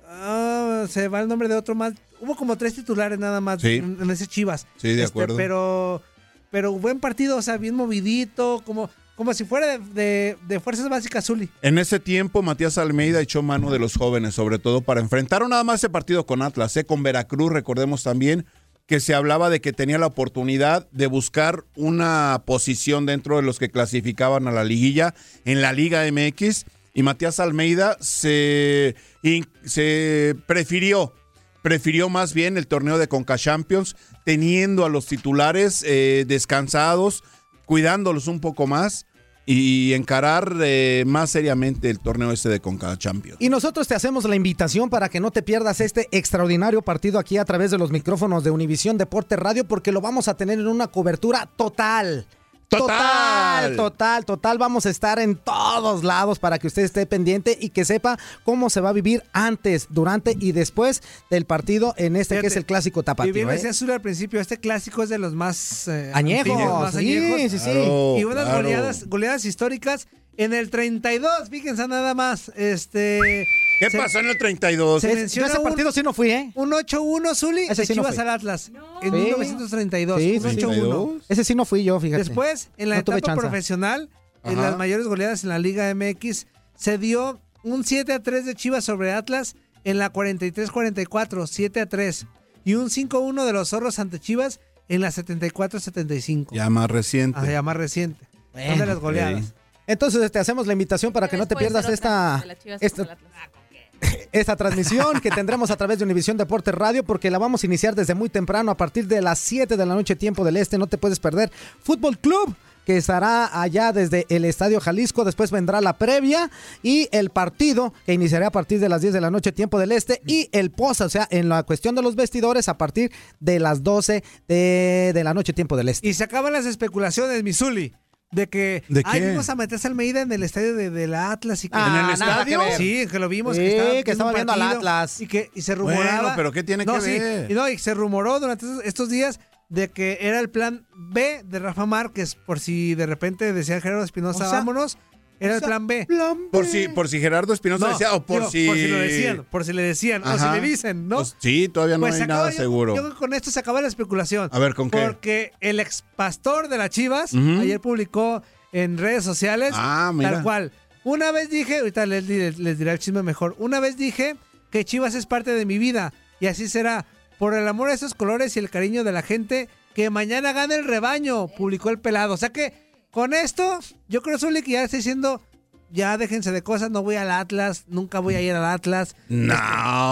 S5: ah, se va el nombre de otro más. Hubo como tres titulares nada más
S2: Sí.
S5: en, en ese Chivas. Este,
S2: Sí, de acuerdo.
S5: Pero, pero buen partido, o sea, bien movidito, como, como si fuera de, de- de Fuerzas Básicas Zuli.
S2: En ese tiempo, Matías Almeida echó mano de los jóvenes, sobre todo para enfrentar no nada más ese partido con Atlas, eh, con Veracruz, recordemos también que se hablaba de que tenía la oportunidad de buscar una posición dentro de los que clasificaban a la liguilla en la Liga MX y Matías Almeida se, in- se prefirió prefirió más bien el torneo de Conca Champions, teniendo a los titulares eh, descansados, cuidándolos un poco más y encarar eh, más seriamente el torneo este de Conca Champions.
S1: Y nosotros te hacemos la invitación para que no te pierdas este extraordinario partido aquí a través de los micrófonos de Univisión Deporte Radio porque lo vamos a tener en una cobertura total. Total, total, total. Vamos a estar en todos lados para que usted esté pendiente y que sepa cómo se va a vivir antes, durante y después del partido en este que es el
S5: y
S1: clásico
S5: bien
S1: tapatío. ¿eh?
S5: decía Zuli al principio, este clásico es de los más eh,
S1: Añejos,
S5: antiguos, más
S1: sí,
S5: añejos.
S1: sí, sí. Claro,
S5: y unas
S1: claro.
S5: goleadas, goleadas históricas en el 32, fíjense nada más. Este
S2: ¿Qué pasó en el 32?
S5: Se
S2: Yo
S5: menciona
S2: ese partido
S1: sí no fui, ¿eh?
S5: Un 8-1 Zuli
S1: Ese
S5: de
S1: sí no
S5: Chivas
S1: fui.
S5: al Atlas en
S1: Sí.
S5: 1932,
S1: Sí,
S5: un
S1: sí, sí.
S5: 8-1.
S1: Ese sí no fui yo, fíjate.
S5: Después, en la
S1: No tuve
S5: etapa
S1: chance.
S5: profesional, en
S1: Ajá.
S5: las mayores goleadas en la Liga MX, se dio un 7 a 3 de Chivas sobre Atlas en la 43-44, 7 a 3. Y un 5-1 de los zorros ante Chivas en la 74-75.
S2: Ya más reciente.
S5: Ah, ya más reciente. Son de
S1: Bueno,
S5: las goleadas.
S1: ok. Entonces te hacemos la invitación para que no te pierdas esta, esta, esta transmisión que tendremos a través de Univisión Deportes Radio porque la vamos a iniciar desde muy temprano a partir de las 7 de la noche tiempo del este. No te puedes perder Fútbol Club que estará allá desde el Estadio Jalisco, después vendrá la previa y el partido que iniciará a partir de las 10 de la noche tiempo del este y el post, o sea, en la cuestión de los vestidores a partir de las 12 de, de la noche tiempo del este.
S5: Y se acaban las especulaciones, Misuli. De que
S1: ¿De
S5: ay,
S1: qué?
S5: vimos a Matías Almeida en el estadio de, del Atlas y que
S1: Ah, ¿En el nada estadio? que ver.
S5: sí, que lo vimos
S1: Sí,
S5: que estaba,
S1: que
S5: viendo
S1: estaba
S5: un
S1: viendo al
S5: partido
S1: Atlas.
S5: y que y se rumoraba.
S2: Bueno, pero ¿qué tiene
S5: No,
S2: que
S5: sí,
S2: ver?
S5: Y no, y se rumoró durante estos- estos días de que era el plan B de Rafa Márquez por si de repente decía Gerardo Espinosa,
S2: O sea,
S5: vámonos, era
S2: o
S5: el
S2: sea,
S5: plan B.
S2: Por si, por si Gerardo Espinosa
S5: No,
S2: decía, o por
S5: digo,
S2: si...
S5: por si lo decían, por si le decían, o
S2: Ajá.
S5: si le dicen, ¿no?
S2: Pues sí, todavía no
S5: Pues se
S2: hay
S5: acaba-
S2: nada
S5: yo-
S2: seguro.
S5: Yo creo que con esto se acaba la especulación.
S2: A ver, ¿con qué?
S5: Porque el ex pastor de las Chivas
S2: Ujú.
S5: ayer publicó en redes sociales
S2: Ah, mira.
S5: tal cual. Una vez dije, ahorita les, les- les diré el chisme mejor. Una vez dije que Chivas es parte de mi vida y así será. Por el amor a esos colores y el cariño de la gente, que mañana gane el rebaño, publicó el pelado. O sea que con esto, yo creo, Zuli, que ya está diciendo, ya déjense de cosas, no voy al Atlas, nunca voy a ir al Atlas.
S2: No,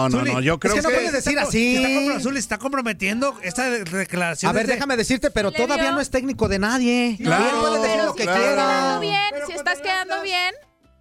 S2: no,
S5: Este, Zuli,
S2: no, yo creo
S5: es
S2: que...
S5: no puedes decir así. se está comprometiendo esta de- declaración.
S1: A ver, déjame decirte, pero todavía no es técnico de nadie.
S5: Claro,
S1: Él puede decir lo que
S3: Si estás quedando
S1: quiera.
S3: bien, si estás quedando bien.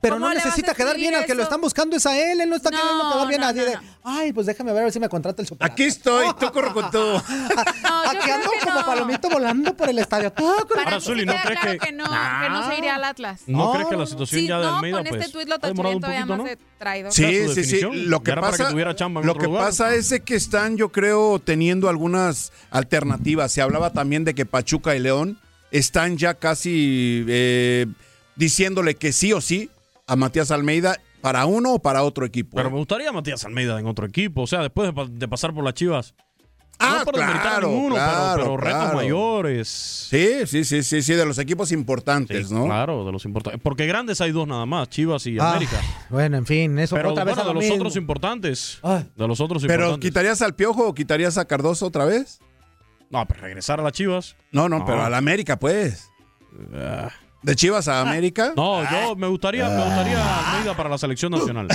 S1: Pero
S3: ¿cómo
S1: no
S3: le vas a
S1: necesita quedar
S3: escribir
S1: bien al que lo
S3: eso?
S1: están buscando es a él, él no está
S3: No,
S1: queriendo quedar bien a
S3: no,
S1: nadie. de, Ay, pues déjame ver a ver si me contrata el super.
S2: Aquí estoy, tú corro con todo.
S3: No, yo
S1: Aquí
S3: creo
S1: ando
S3: que
S1: como
S3: no.
S1: palomito volando por el estadio.
S3: Para
S4: Ahora,
S3: mí
S4: Zuli,
S3: sí
S4: ¿no
S3: queda
S4: crees
S3: claro
S4: que-
S3: que, no, que no se iría al Atlas.
S4: Ah. ¿No crees que la situación
S3: Sí,
S4: ya de
S3: no,
S4: Almeida,
S3: con este
S4: pues,
S3: tuit lo
S4: ha demorado
S3: tacharía
S4: un
S3: todavía
S4: poquito,
S3: más
S4: ¿no?
S3: de traidor. Pues
S2: Sí,
S4: su
S2: sí, sí.
S4: definición.
S2: Lo que
S4: Ya era para
S2: pasa,
S4: que tuviera chamba en
S2: lo
S4: otro
S2: que
S4: lugar.
S2: pasa es de que están, yo creo, teniendo algunas alternativas. Se hablaba también de que Pachuca y León están ya casi eh, diciéndole que sí o sí a Matías Almeida para uno o para otro equipo. ¿eh?
S4: Pero me gustaría a Matías Almeida en otro equipo. O sea, después de, pa- de pasar por las chivas.
S2: Ah,
S4: no para demeritar a
S2: claro,
S4: ninguno, pero-
S2: claro,
S4: pero, retos
S2: claro.
S4: mayores.
S2: Sí, sí, sí, sí, sí, de los equipos importantes, ¿no?
S4: Claro, de los importantes. Porque grandes hay dos nada más, Chivas y
S1: Ah,
S4: América.
S2: pues
S1: Bueno, en fin, eso
S4: Pero
S1: otra vez
S4: bueno,
S1: a
S4: de
S1: lo
S4: los
S1: mismo.
S4: otros importantes. De los otros
S2: Pero
S4: importantes.
S2: ¿quitarías al Piojo o quitarías a Cardoso otra vez?
S4: No, pero regresar a las Chivas.
S2: No, no,
S4: No.
S2: pero al América, pues. ¿De Chivas a América? Ah.
S4: No, yo me gustaría, me gustaría Almeida para la selección nacional.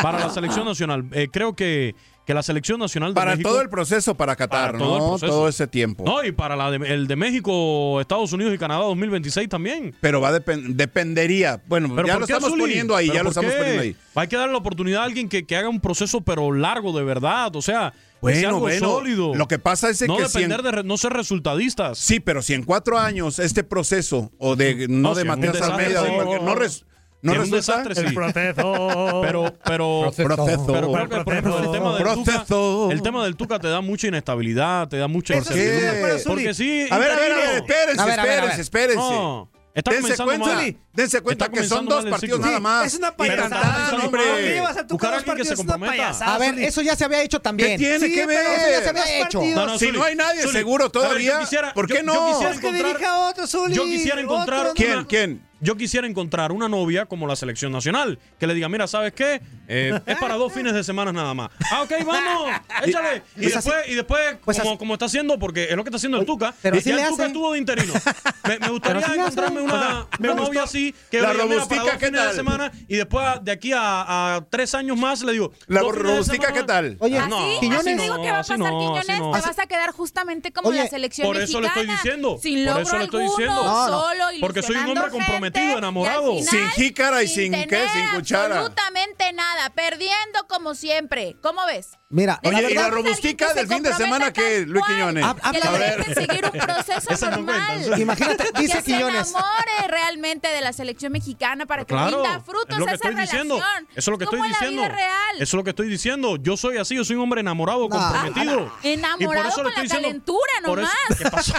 S4: Para la selección nacional. Eh, creo que, que la selección nacional de
S2: Para
S4: México-
S2: todo el proceso para Qatar,
S4: Para todo el
S2: ¿no?
S4: proceso.
S2: Todo ese tiempo.
S4: No, y para la de- el de México, Estados Unidos y Canadá 2026 también.
S2: Pero va a depen- dependería. Bueno,
S4: ¿Pero
S2: ya
S4: por
S2: lo
S4: qué,
S2: estamos
S4: Zuli?
S2: poniendo ahí,
S4: ¿Pero
S2: ya
S4: por
S2: lo estamos
S4: qué?
S2: poniendo ahí.
S4: Hay que darle la oportunidad a alguien que, que haga un proceso, pero largo de verdad. O sea, que sea
S2: Bueno,
S4: algo
S2: bueno.
S4: sólido.
S2: Lo que pasa es de
S4: no
S2: que si en-
S4: depender de re- no ser resultadistas.
S2: Sí, pero si en cuatro años este proceso, o de
S4: No,
S2: no, de
S4: si es un
S2: Matías
S4: desastre,
S2: Almeida, de
S4: sí.
S2: cualquier- no, res- No
S4: Que es un
S2: resulta.
S4: desastre, sí.
S2: El proceso.
S4: Pero, pero,
S2: Proceso.
S4: pero creo que, por ejemplo, el tema del
S2: Proceso.
S4: Tuca, el tema del Tuca te da mucha inestabilidad, te da mucha
S2: Eso sí, estoy de acuerdo,
S4: incertidumbre.
S2: Zuli.
S4: Porque sí,
S2: A ver, a ver,
S4: interino.
S2: a ver, espérense, A ver, a ver, a ver. espérense, espérense.
S4: No, está
S2: Dense
S4: comenzando
S2: cuenta,
S4: mal.
S2: Zuli, dense cuenta
S4: Está
S2: que son
S4: comenzando
S2: dos
S4: mal el
S2: partidos
S4: ciclo.
S2: nada más. Sí, es una Y payasada, cantar, Zuli. hombre.
S4: ¿Por qué
S2: llevas a Tuca
S4: Buscar a
S2: dos
S4: alguien que se
S2: partidos? Es una
S4: comprometa.
S2: payasada.
S1: A ver, eso ya se había hecho también.
S2: ¿Qué tiene
S1: Sí,
S2: que ver?
S1: pero Eso ya se había hecho.
S2: No, no, si
S4: Zuli,
S2: no hay nadie
S4: Zuli,
S2: seguro
S4: a ver, yo
S2: todavía,
S4: quisiera-
S2: ¿por
S4: yo-
S2: qué
S4: yo
S2: no?
S4: quisiera
S2: Pues que
S4: encontrar-
S2: dirija otro, Zuli.
S4: Yo quisiera encontrar.
S2: Otro, ¿Quién,
S4: una-
S2: quién?
S4: Yo quisiera encontrar una novia como la selección nacional que le diga, mira, ¿sabes qué? Eh, es para dos fines de semana nada más. Ah, ok, vamos, échale. Y
S1: Pues así-
S4: después, y después como, como está haciendo, porque es lo que está haciendo el Tuca,
S1: pero
S4: y
S1: así
S4: ya
S1: le
S4: el Tuca
S1: hacen.
S4: estuvo de interino. Me, me gustaría
S1: Pero así le
S4: encontrarme
S1: hacen.
S4: una,
S1: Me
S4: una
S1: gustó.
S4: novia así que
S2: La
S4: oye, mira, para
S2: robustica,
S4: dos
S2: ¿qué
S4: fines de
S2: tal?
S4: semana y después de aquí a, a tres años más le digo.
S2: La
S4: dos fines de
S2: robustica,
S4: semana-
S2: ¿qué tal?
S1: Oye,
S4: Ah, no,
S1: ¿así?
S4: así no,
S1: Quiñones. Te digo
S3: ¿Qué va a
S4: así
S3: pasar,
S4: no, así
S3: Quiñones?
S4: no.
S3: Te vas a quedar justamente como
S4: Oye,
S3: la selección
S4: por eso le
S3: mexicana,
S4: estoy diciendo.
S3: Sin
S4: por
S3: logro
S4: eso le estoy
S3: alguno,
S4: diciendo.
S3: solo
S4: Porque soy un hombre
S3: ilusionando
S4: comprometido,
S3: gente,
S4: enamorado.
S3: y al final,
S2: Sin jícara y sin,
S3: tener
S2: qué, sin cuchara.
S3: Absolutamente nada, perdiendo como siempre. ¿Alguien que se comprometa tal cual,
S1: Mira,
S3: ¿Cómo ves?
S2: Oye, ¿y la robustica del fin de semana que Luis Quiñones?
S3: Que la dejen seguir un proceso normal.
S1: Imagínate, dice
S3: que
S1: Quiñones.
S3: se enamore realmente de la selección mexicana para que
S4: Claro,
S3: rinda frutos
S4: es lo que
S3: esa
S4: estoy
S3: relación.
S4: diciendo. Eso es lo que estoy
S3: como en la vida
S4: diciendo.
S3: real.
S4: Eso es lo que estoy diciendo. Yo soy así, yo soy un hombre enamorado, comprometido.
S3: Ah, Enamorado
S4: y por eso
S3: con
S4: le estoy
S3: la
S4: diciendo,
S3: calentura
S4: por eso-
S3: nomás.
S4: ¿Qué pasó?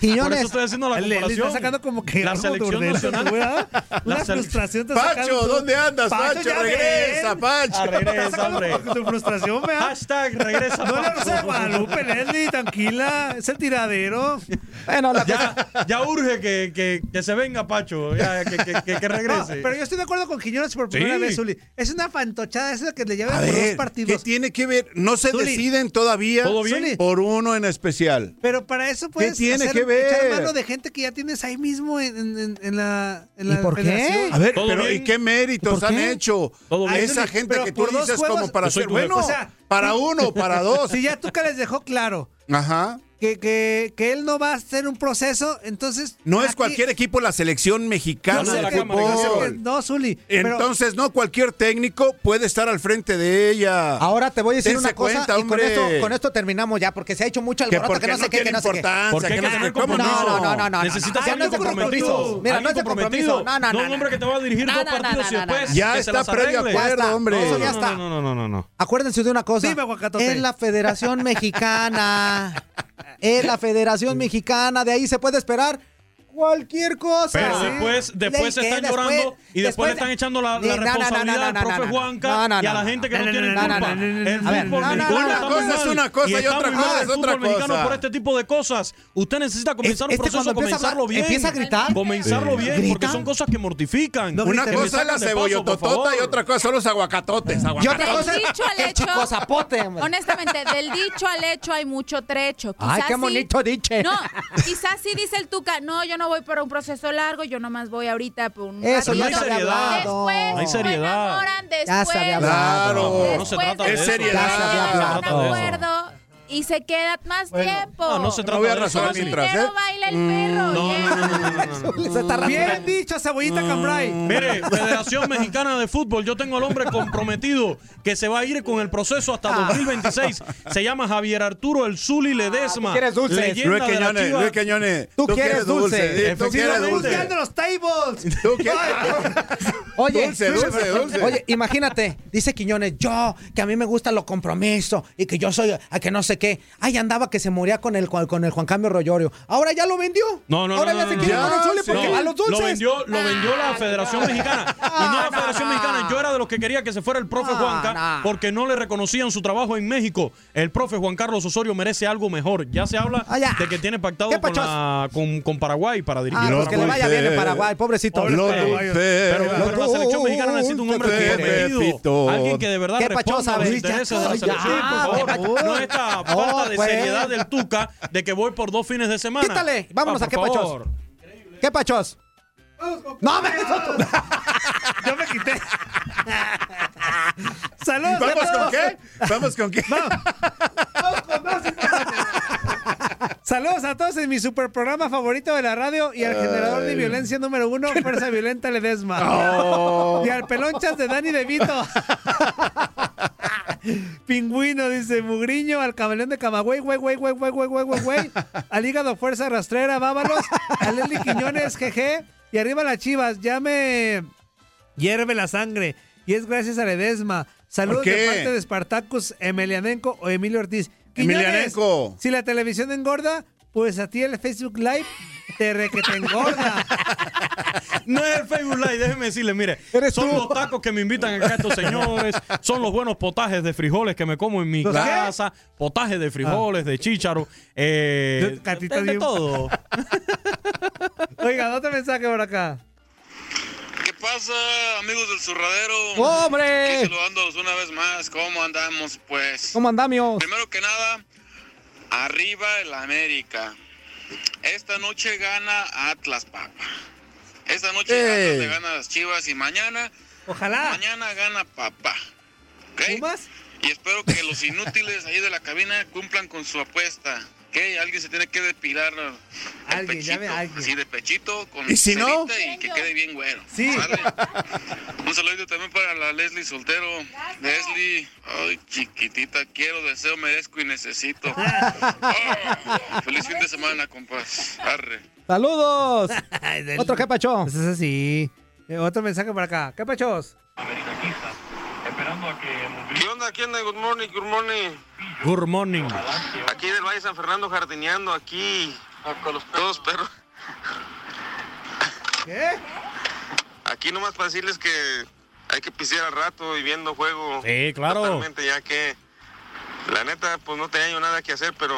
S4: Por eso estoy haciendo la
S5: Le- le está
S4: comparación.
S5: sacando como que
S4: la
S5: algo
S4: selección
S5: turbulento,
S4: nacional.
S5: güey, ¿ah?
S4: la
S5: Una
S4: sele-
S5: frustración te
S2: Pacho, ¿dónde andas, Pacho?
S5: ya ven.
S2: regresa, Pacho.
S5: Ah,
S4: Regresa, hombre.
S5: Con tu frustración, vea.
S4: Hashtag regresa,
S5: ¿eh? No le hables
S4: Pacho.
S5: a Guadalupe, Leslie, tranquila. Es el tiradero.
S1: Bueno, la
S4: Ya, ya urge que, que, que se venga Pacho, ya, que, que, que- que regrese.
S5: No, pero yo estoy de acuerdo con Quiñones por primera
S4: Sí.
S5: vez, Zuli. Es una fantochada esa que le llevan
S2: A
S5: por dos
S2: ver,
S5: partidos.
S2: ¿qué tiene que ver? No se
S5: Zuli.
S2: deciden todavía
S5: ¿Todo bien?
S2: por uno en especial.
S5: Pero para eso puedes
S2: tiene
S5: hacer-
S2: que ver?
S5: echar mano de gente que ya tienes ahí mismo en, en- en- en la en la
S2: ¿Y por qué?
S5: federación.
S2: A ver, ¿Todo pero bien? ¿y qué méritos han hecho? Todo bien. Esa
S5: Zuli,
S2: gente
S5: pero
S2: que tú
S5: por dos
S2: dices
S5: juegos-
S2: como para Yo soy ser tu bueno, jefe. para
S5: si-
S2: uno, para dos.
S5: Si ya Tuca les dejó claro
S2: Ajá.
S5: que, que, que él no va a hacer un proceso, entonces...
S2: No es
S5: aquí-
S2: cualquier equipo la selección
S5: Yo
S2: mexicana
S5: sé
S2: de
S5: que- yo sé que
S2: fútbol.
S5: No, Zuli. pero-
S2: Entonces, no cualquier técnico puede estar al frente de ella.
S1: Ahora te voy a decir
S2: Dense
S1: una cosa
S2: cuenta,
S1: y con
S2: hombre.
S1: esto, con esto terminamos ya, porque se ha hecho mucho
S2: Que
S1: alboroto, que,
S2: porque
S1: no sé
S2: no
S1: qué, que
S2: tiene
S1: no sé qué.
S2: importancia,
S4: Porque hay
S2: que
S4: que
S2: no sé
S4: tener
S2: cómo.
S4: compromiso.
S1: No, no, no, no, no.
S4: Necesitas
S1: Ya no
S4: alguien
S1: es de
S4: comprometido.
S1: compromiso. Mira, no
S4: Alguien
S1: es de
S4: comprometido.
S1: compromiso. No, no, no,
S4: un
S1: no,
S4: hombre que te va a dirigir
S1: no,
S4: dos
S1: no,
S4: partidos
S1: no,
S4: y
S1: no, no,
S4: después.
S1: no. Ya
S4: que se
S2: está
S4: las
S2: previo
S4: arregle.
S2: acuerdo,
S1: Ya está.
S2: hombre.
S1: Eso ya
S4: No,
S1: está.
S4: No, no, no, no, no.
S1: Acuérdense de una cosa.
S5: Dime, aguacatote.
S1: Es la Federación Mexicana. Es la Federación Mexicana. De ahí se puede esperar cualquier cosa.
S4: Pero
S1: Sí.
S4: después, después
S1: Le-
S4: se están
S1: que
S4: llorando
S1: después-
S4: y después le
S1: después-
S4: están echando la, la
S1: No, no, no, no,
S4: responsabilidad
S1: no, no,
S4: al profe
S1: no, no.
S4: Juanca
S1: No, no,
S4: y a la
S1: no,
S4: gente que
S1: no,
S4: no,
S1: no,
S4: tiene
S1: no, no,
S4: culpa.
S1: no, no, no,
S4: El
S1: no. A ver,
S4: fútbol
S1: no, no,
S4: mexicano está muy
S1: no, no. Una cosa
S2: es
S4: mal
S2: una cosa y
S4: está
S2: otra
S4: muy mal
S2: cosa
S4: el
S2: es otra
S4: fútbol mexicano
S2: cosa.
S4: por este tipo de cosas. Usted necesita comenzar
S1: Este
S4: un proceso,
S1: cuando empieza a
S4: comenzarlo
S1: hablar,
S4: bien.
S1: empieza a gritar.
S4: Comenzarlo
S1: Sí.
S4: bien, porque
S1: Grita.
S4: son cosas que mortifican.
S5: No,
S2: Una
S5: griten, me
S2: cosa es la
S4: sacan de paso, por favor.
S2: cebollototota y otra cosa son los aguacatotes.
S1: Y
S2: aguacatotes.
S1: otra
S3: Del
S1: cosa
S3: dicho al
S1: que el
S3: hecho.
S1: chico zapote. hombre.
S3: Honestamente, del dicho al hecho hay mucho trecho. Quizás
S1: Ay, qué
S3: sí-
S1: bonito diche.
S3: No, quizás sí dice el Tuca, no, yo no voy por un proceso largo, yo nomás voy ahorita por un
S1: Eso
S3: ratito".
S1: ya se había hablado.
S3: Después,
S4: No hay
S3: se
S4: seriedad.
S3: enamoran, después
S1: Ya se había hablado.
S2: Claro.
S4: No se trata de
S2: es
S4: eso.
S2: seriedad.
S1: Ya se había
S3: se
S1: hablado.
S3: ponen de acuerdo y se queda más tiempo.
S4: No, no se trata
S2: No voy a
S4: de eso.
S2: razonar
S4: Leslie.
S2: mientras, ¿eh?
S3: Pero baila el
S1: Mm.
S4: No,
S3: perro. y
S4: no, no, no, no, no, no.
S1: Se está
S5: Bien
S1: rasurando.
S5: dicho, cebollita Cambrai.
S1: Mm.
S4: Mire, Federación Mexicana de Fútbol, yo tengo al hombre comprometido que se va a ir con el proceso hasta 2026. Se llama Javier Arturo El Zuli Ledesma.
S1: Ah. Ah, tú quieres dulces.
S4: leyenda
S2: Luis
S4: de la
S2: Quiñones,
S4: Chiva.
S2: Luis Quiñones.
S1: Tú quieres dulce.
S2: sí, Tú quieres
S5: Estoy
S2: dulce.
S5: buscando los tables.
S2: Tú quieres-
S1: Oye,
S2: Dulce, dulce, dulce.
S1: Oye, imagínate, dice Quiñones, yo, que a mí me gusta lo compromiso y que yo soy a que no sé qué. Ay, andaba que se moría con el, con el Juan Cambio Rollorio. Ahora ya lo vendió.
S4: No, no,
S1: Ahora
S4: no,
S1: ya
S4: no,
S1: se
S4: no,
S1: quiere
S4: no.
S1: poner chole
S4: No,
S1: porque a los dulces.
S4: Lo vendió, lo vendió la Federación Mexicana. Y no la
S1: no,
S4: Federación
S1: no.
S4: Mexicana. Yo era de los que quería que se fuera el profe
S1: No,
S4: Juanca
S1: no.
S4: porque no le reconocían su trabajo en México. El profe Juan Carlos Osorio merece algo mejor. Ya se habla
S1: Ah, ya.
S4: de que tiene pactado
S1: ¿Qué
S4: con,
S1: pachos?
S4: la- con, con Paraguay para dirigir.
S1: Ah,
S2: Los
S1: pues que le vaya bien en
S2: dulces.
S1: Paraguay, pobrecito.
S2: Los dulces.
S4: Pero,
S2: Pero,
S4: pero la selección mexicana necesita un hombre
S2: Dulce
S4: comprometido.
S2: Pepito.
S4: Alguien que de verdad
S1: Qué
S4: responda
S1: pachosa,
S4: a los
S1: Luis,
S4: intereses
S1: ya,
S4: de la
S1: ya,
S4: selección, por
S1: ya,
S4: favor.
S1: ya.
S4: No esta
S1: Oh,
S4: falta de
S1: pues.
S4: seriedad del Tuca de que voy por dos fines de semana.
S1: Quítale, vámonos
S4: Ah,
S1: a qué
S4: por
S1: pachos.
S4: favor.
S1: ¿Qué pachos? No, me
S5: Yo me quité. Saludos.
S2: ¿Vamos
S5: a todos.
S2: con qué? ¿Vamos con qué?
S5: Saludos a todos en mi super programa favorito de la radio y al generador de violencia número uno, Fuerza Violenta Ledesma. Y al pelonchas de Dani De Vito. Pingüino, dice Mugriño, al camaleón de Camagüey, güey, güey, güey, güey, güey, güey, güey, güey. Al hígado Fuerza Rastrera, Bábalos. A Leslie Quiñones, jeje. Y arriba las chivas, ya me. Hierve la sangre. Y es gracias a Ledesma. Saludos
S2: ¿Por qué?
S5: de parte de Spartacus, Emelianenko o Emilio Ortiz. Quiñones,
S2: Emelianenko.
S5: Si la televisión engorda, pues a ti el Facebook Live te re que te engorda.
S4: No es el Facebook Live, déjeme decirle, mire, son los tacos que me invitan acá estos señores, son los buenos potajes de frijoles que me como en mi
S5: ¿Los qué?
S4: casa, potajes de frijoles, de chícharo, eh, de, de todo.
S5: Oiga, otro mensaje por acá.
S16: ¿Qué pasa, amigos del zurradero?
S1: ¡Hombre!
S16: Aquí saludándolos una vez más. ¿Cómo andamos, pues?
S1: ¿Cómo andamos?
S16: Primero que nada, arriba el América. Esta noche gana Atlas, papá. Esta noche
S1: Eh.
S5: ¡Ey!
S16: Atlas le gana a las Chivas y mañana,
S5: Ojalá.
S16: mañana gana papá. ¿Ok? Y espero que los inútiles ahí de la cabina cumplan con su apuesta. ¿Ok? Alguien se tiene que depilar el
S5: Alguien,
S16: pechito,
S5: llame a alguien.
S16: así de pechito con
S5: ¿Y si no?
S16: cerita y que quede bien güero.
S5: Sí.
S16: Un saludo también para la Leslie Soltero. Leslie, ay chiquitita, quiero, deseo, merezco y necesito. Ah, feliz fin de semana, compas. Arre.
S1: ¡Saludos!
S5: Otro
S1: capacho.
S5: Eso es así. Pues Eh, Otro mensaje por acá. ¿Qué pachos?
S16: Esperando a que... ¿Qué onda? ¿Qué onda? Good morning, good morning.
S4: Good morning.
S16: Aquí del Valle San Fernando jardineando aquí. Ah, Con los perros. perros.
S5: ¿Qué?
S16: Aquí nomás para decirles que hay que pisear al rato y viendo juego.
S4: Sí, claro.
S16: Totalmente, ya que la neta, pues no tenía yo nada que hacer, pero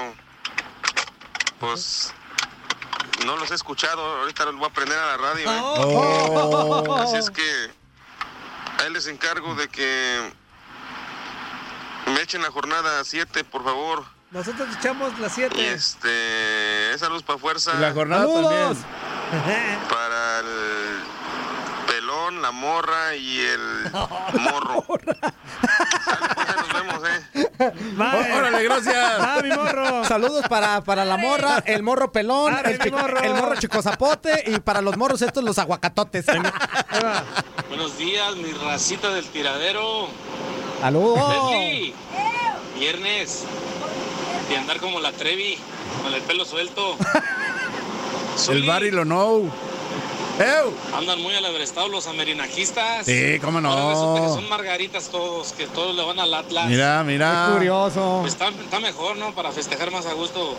S16: pues no los he escuchado. Ahorita los voy a aprender a la radio. ¿eh?
S11: Oh.
S16: Así es que ahí les encargo de que me echen la jornada 7, por favor.
S5: Nosotros echamos las 7.
S16: Y este, esa luz para fuerza.
S2: La jornada también.
S16: Para el pelón, la morra y el morro.
S2: Ó- Oh, órale, gracias.
S5: Ah, mi morro.
S1: Saludos para, para la morra, el morro pelón, el, chico, el morro chicozapote y para los morros estos los aguacatotes.
S17: Buenos días, mi racita del tiradero.
S1: ¡Saludos!
S17: Leslie, Viernes. Y andar como la Trevi, con el pelo suelto.
S2: El Barry lo no. ¡Ew!
S17: Andan muy alabrestados los amerinajistas.
S2: Sí, cómo no.
S17: Ahora resulta que son margaritas todos, que todos le van al Atlas.
S2: Mira, mira. Qué curioso.
S17: Pues está, está mejor, ¿no? Para festejar más a gusto.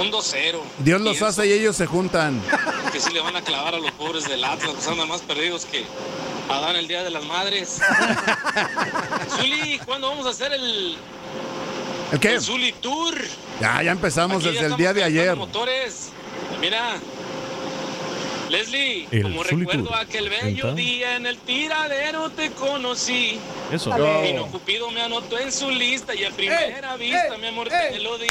S17: Un 2-0.
S2: Dios los
S17: Pienso
S2: hace y ellos se juntan.
S17: Que sí le van a clavar a los pobres del Atlas, pues andan más perdidos que Adán el Día de las Madres. Zuli, ¿cuándo vamos a hacer el,
S2: ¿El qué?
S17: el Zuli Tour?
S2: Ya, ya empezamos
S17: Aquí ya
S2: desde el
S17: estamos
S2: día de
S17: calentando
S2: ayer.
S17: Motores. Mira. Leslie,
S2: El
S17: como
S2: Zuli
S17: recuerdo
S2: Tour.
S17: aquel
S2: Ahí
S17: bello
S2: está.
S17: día en el tiradero te conocí.
S4: Eso.
S17: Y
S4: Oh.
S17: no Cupido me anotó en su lista y a primera vista, mi amor, te lo di.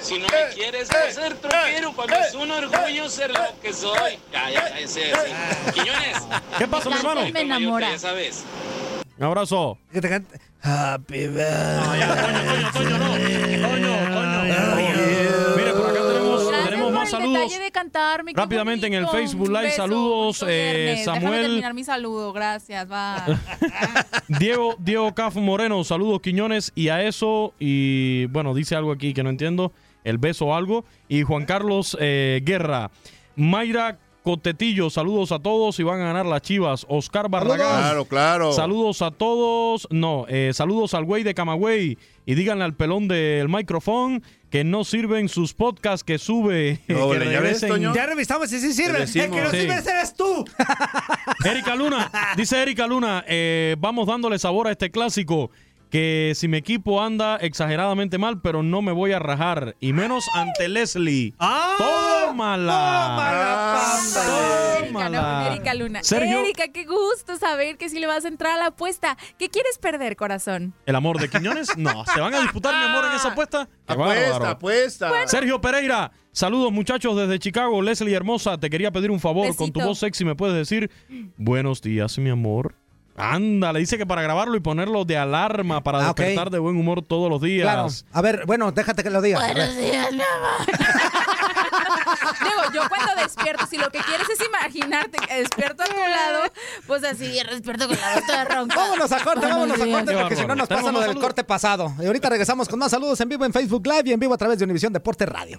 S17: si no me quieres hacer troquero, para mí es un orgullo ser lo que soy. Ya, ya, ya, ese, ese. Quiñones.
S4: ¿Qué pasa, mi hermano?
S17: Ahorita mayor,
S4: enamora.
S17: Ya sabes.
S4: Un abrazo.
S5: Que te cante. Happy
S4: Mire, por acá tenemos,
S3: Gracias
S4: tenemos
S3: por
S4: más
S3: el
S4: saludos.
S3: detalle de cantarme, qué
S4: Rápidamente en el
S3: bonito.
S4: Facebook
S3: Un
S4: Live,
S3: beso,
S4: saludos,
S3: mucho
S4: eh,
S3: viernes. Déjame
S4: Samuel.
S3: terminar mi saludo, gracias, va.
S4: Diego, Diego Cafo Moreno, saludos Quiñones y a eso, y bueno, dice algo aquí que no entiendo, el beso o algo, y Juan Carlos eh, Guerra, Mayra Cotetillo, saludos a todos y van a ganar las chivas, Oscar Barragán,
S2: Claro, claro.
S4: saludos a todos, no, eh, saludos al güey de Camagüey y díganle al pelón del micrófono que no sirven sus podcasts que sube.
S2: Doble,
S4: que
S2: ¿ya ves,
S4: regresen.
S2: Toño?
S5: Ya revisamos si sí
S4: Te
S5: sirve. El que
S4: decimos.
S5: no
S4: Sí.
S5: sirve eres tú.
S4: Erika Luna, dice Erika Luna, eh, vamos dándole sabor a este clásico. Que si mi equipo anda exageradamente mal, pero no me voy a rajar. Y menos ante Leslie. Ah. ¡Tómala!
S3: Erika, no,
S4: Tómala.
S3: Erika Luna.
S4: Sergio.
S3: Erika, qué gusto saber que sí le vas a entrar a la apuesta. ¿Qué quieres perder, corazón?
S4: ¿El amor de Quiñones? No, se van a disputar mi amor en esa apuesta. Qué bárbaro.
S2: apuesta.
S4: Sergio Pereira, saludos muchachos desde Chicago. Leslie Hermosa, te quería pedir un favor. Con tu
S3: Besito.
S4: voz sexy me puedes decir buenos días, mi amor. Ándale, dice que para grabarlo y ponerlo de alarma para
S1: Ah, ok.
S4: despertar de buen humor todos los días.
S1: Claro. A ver, bueno, déjate que lo diga.
S3: Buenos días, mi Digo, yo cuando despierto, si lo que quieres es imaginarte que despierto a tu lado, pues así, despierto con la voz toda ronca.
S1: Vámonos a corte, vámonos a corte, porque si no nos pasa lo
S3: pasamos
S1: del corte pasado. Y ahorita regresamos con más saludos en vivo en Facebook Live y en vivo a través de Univisión Deporte Radio.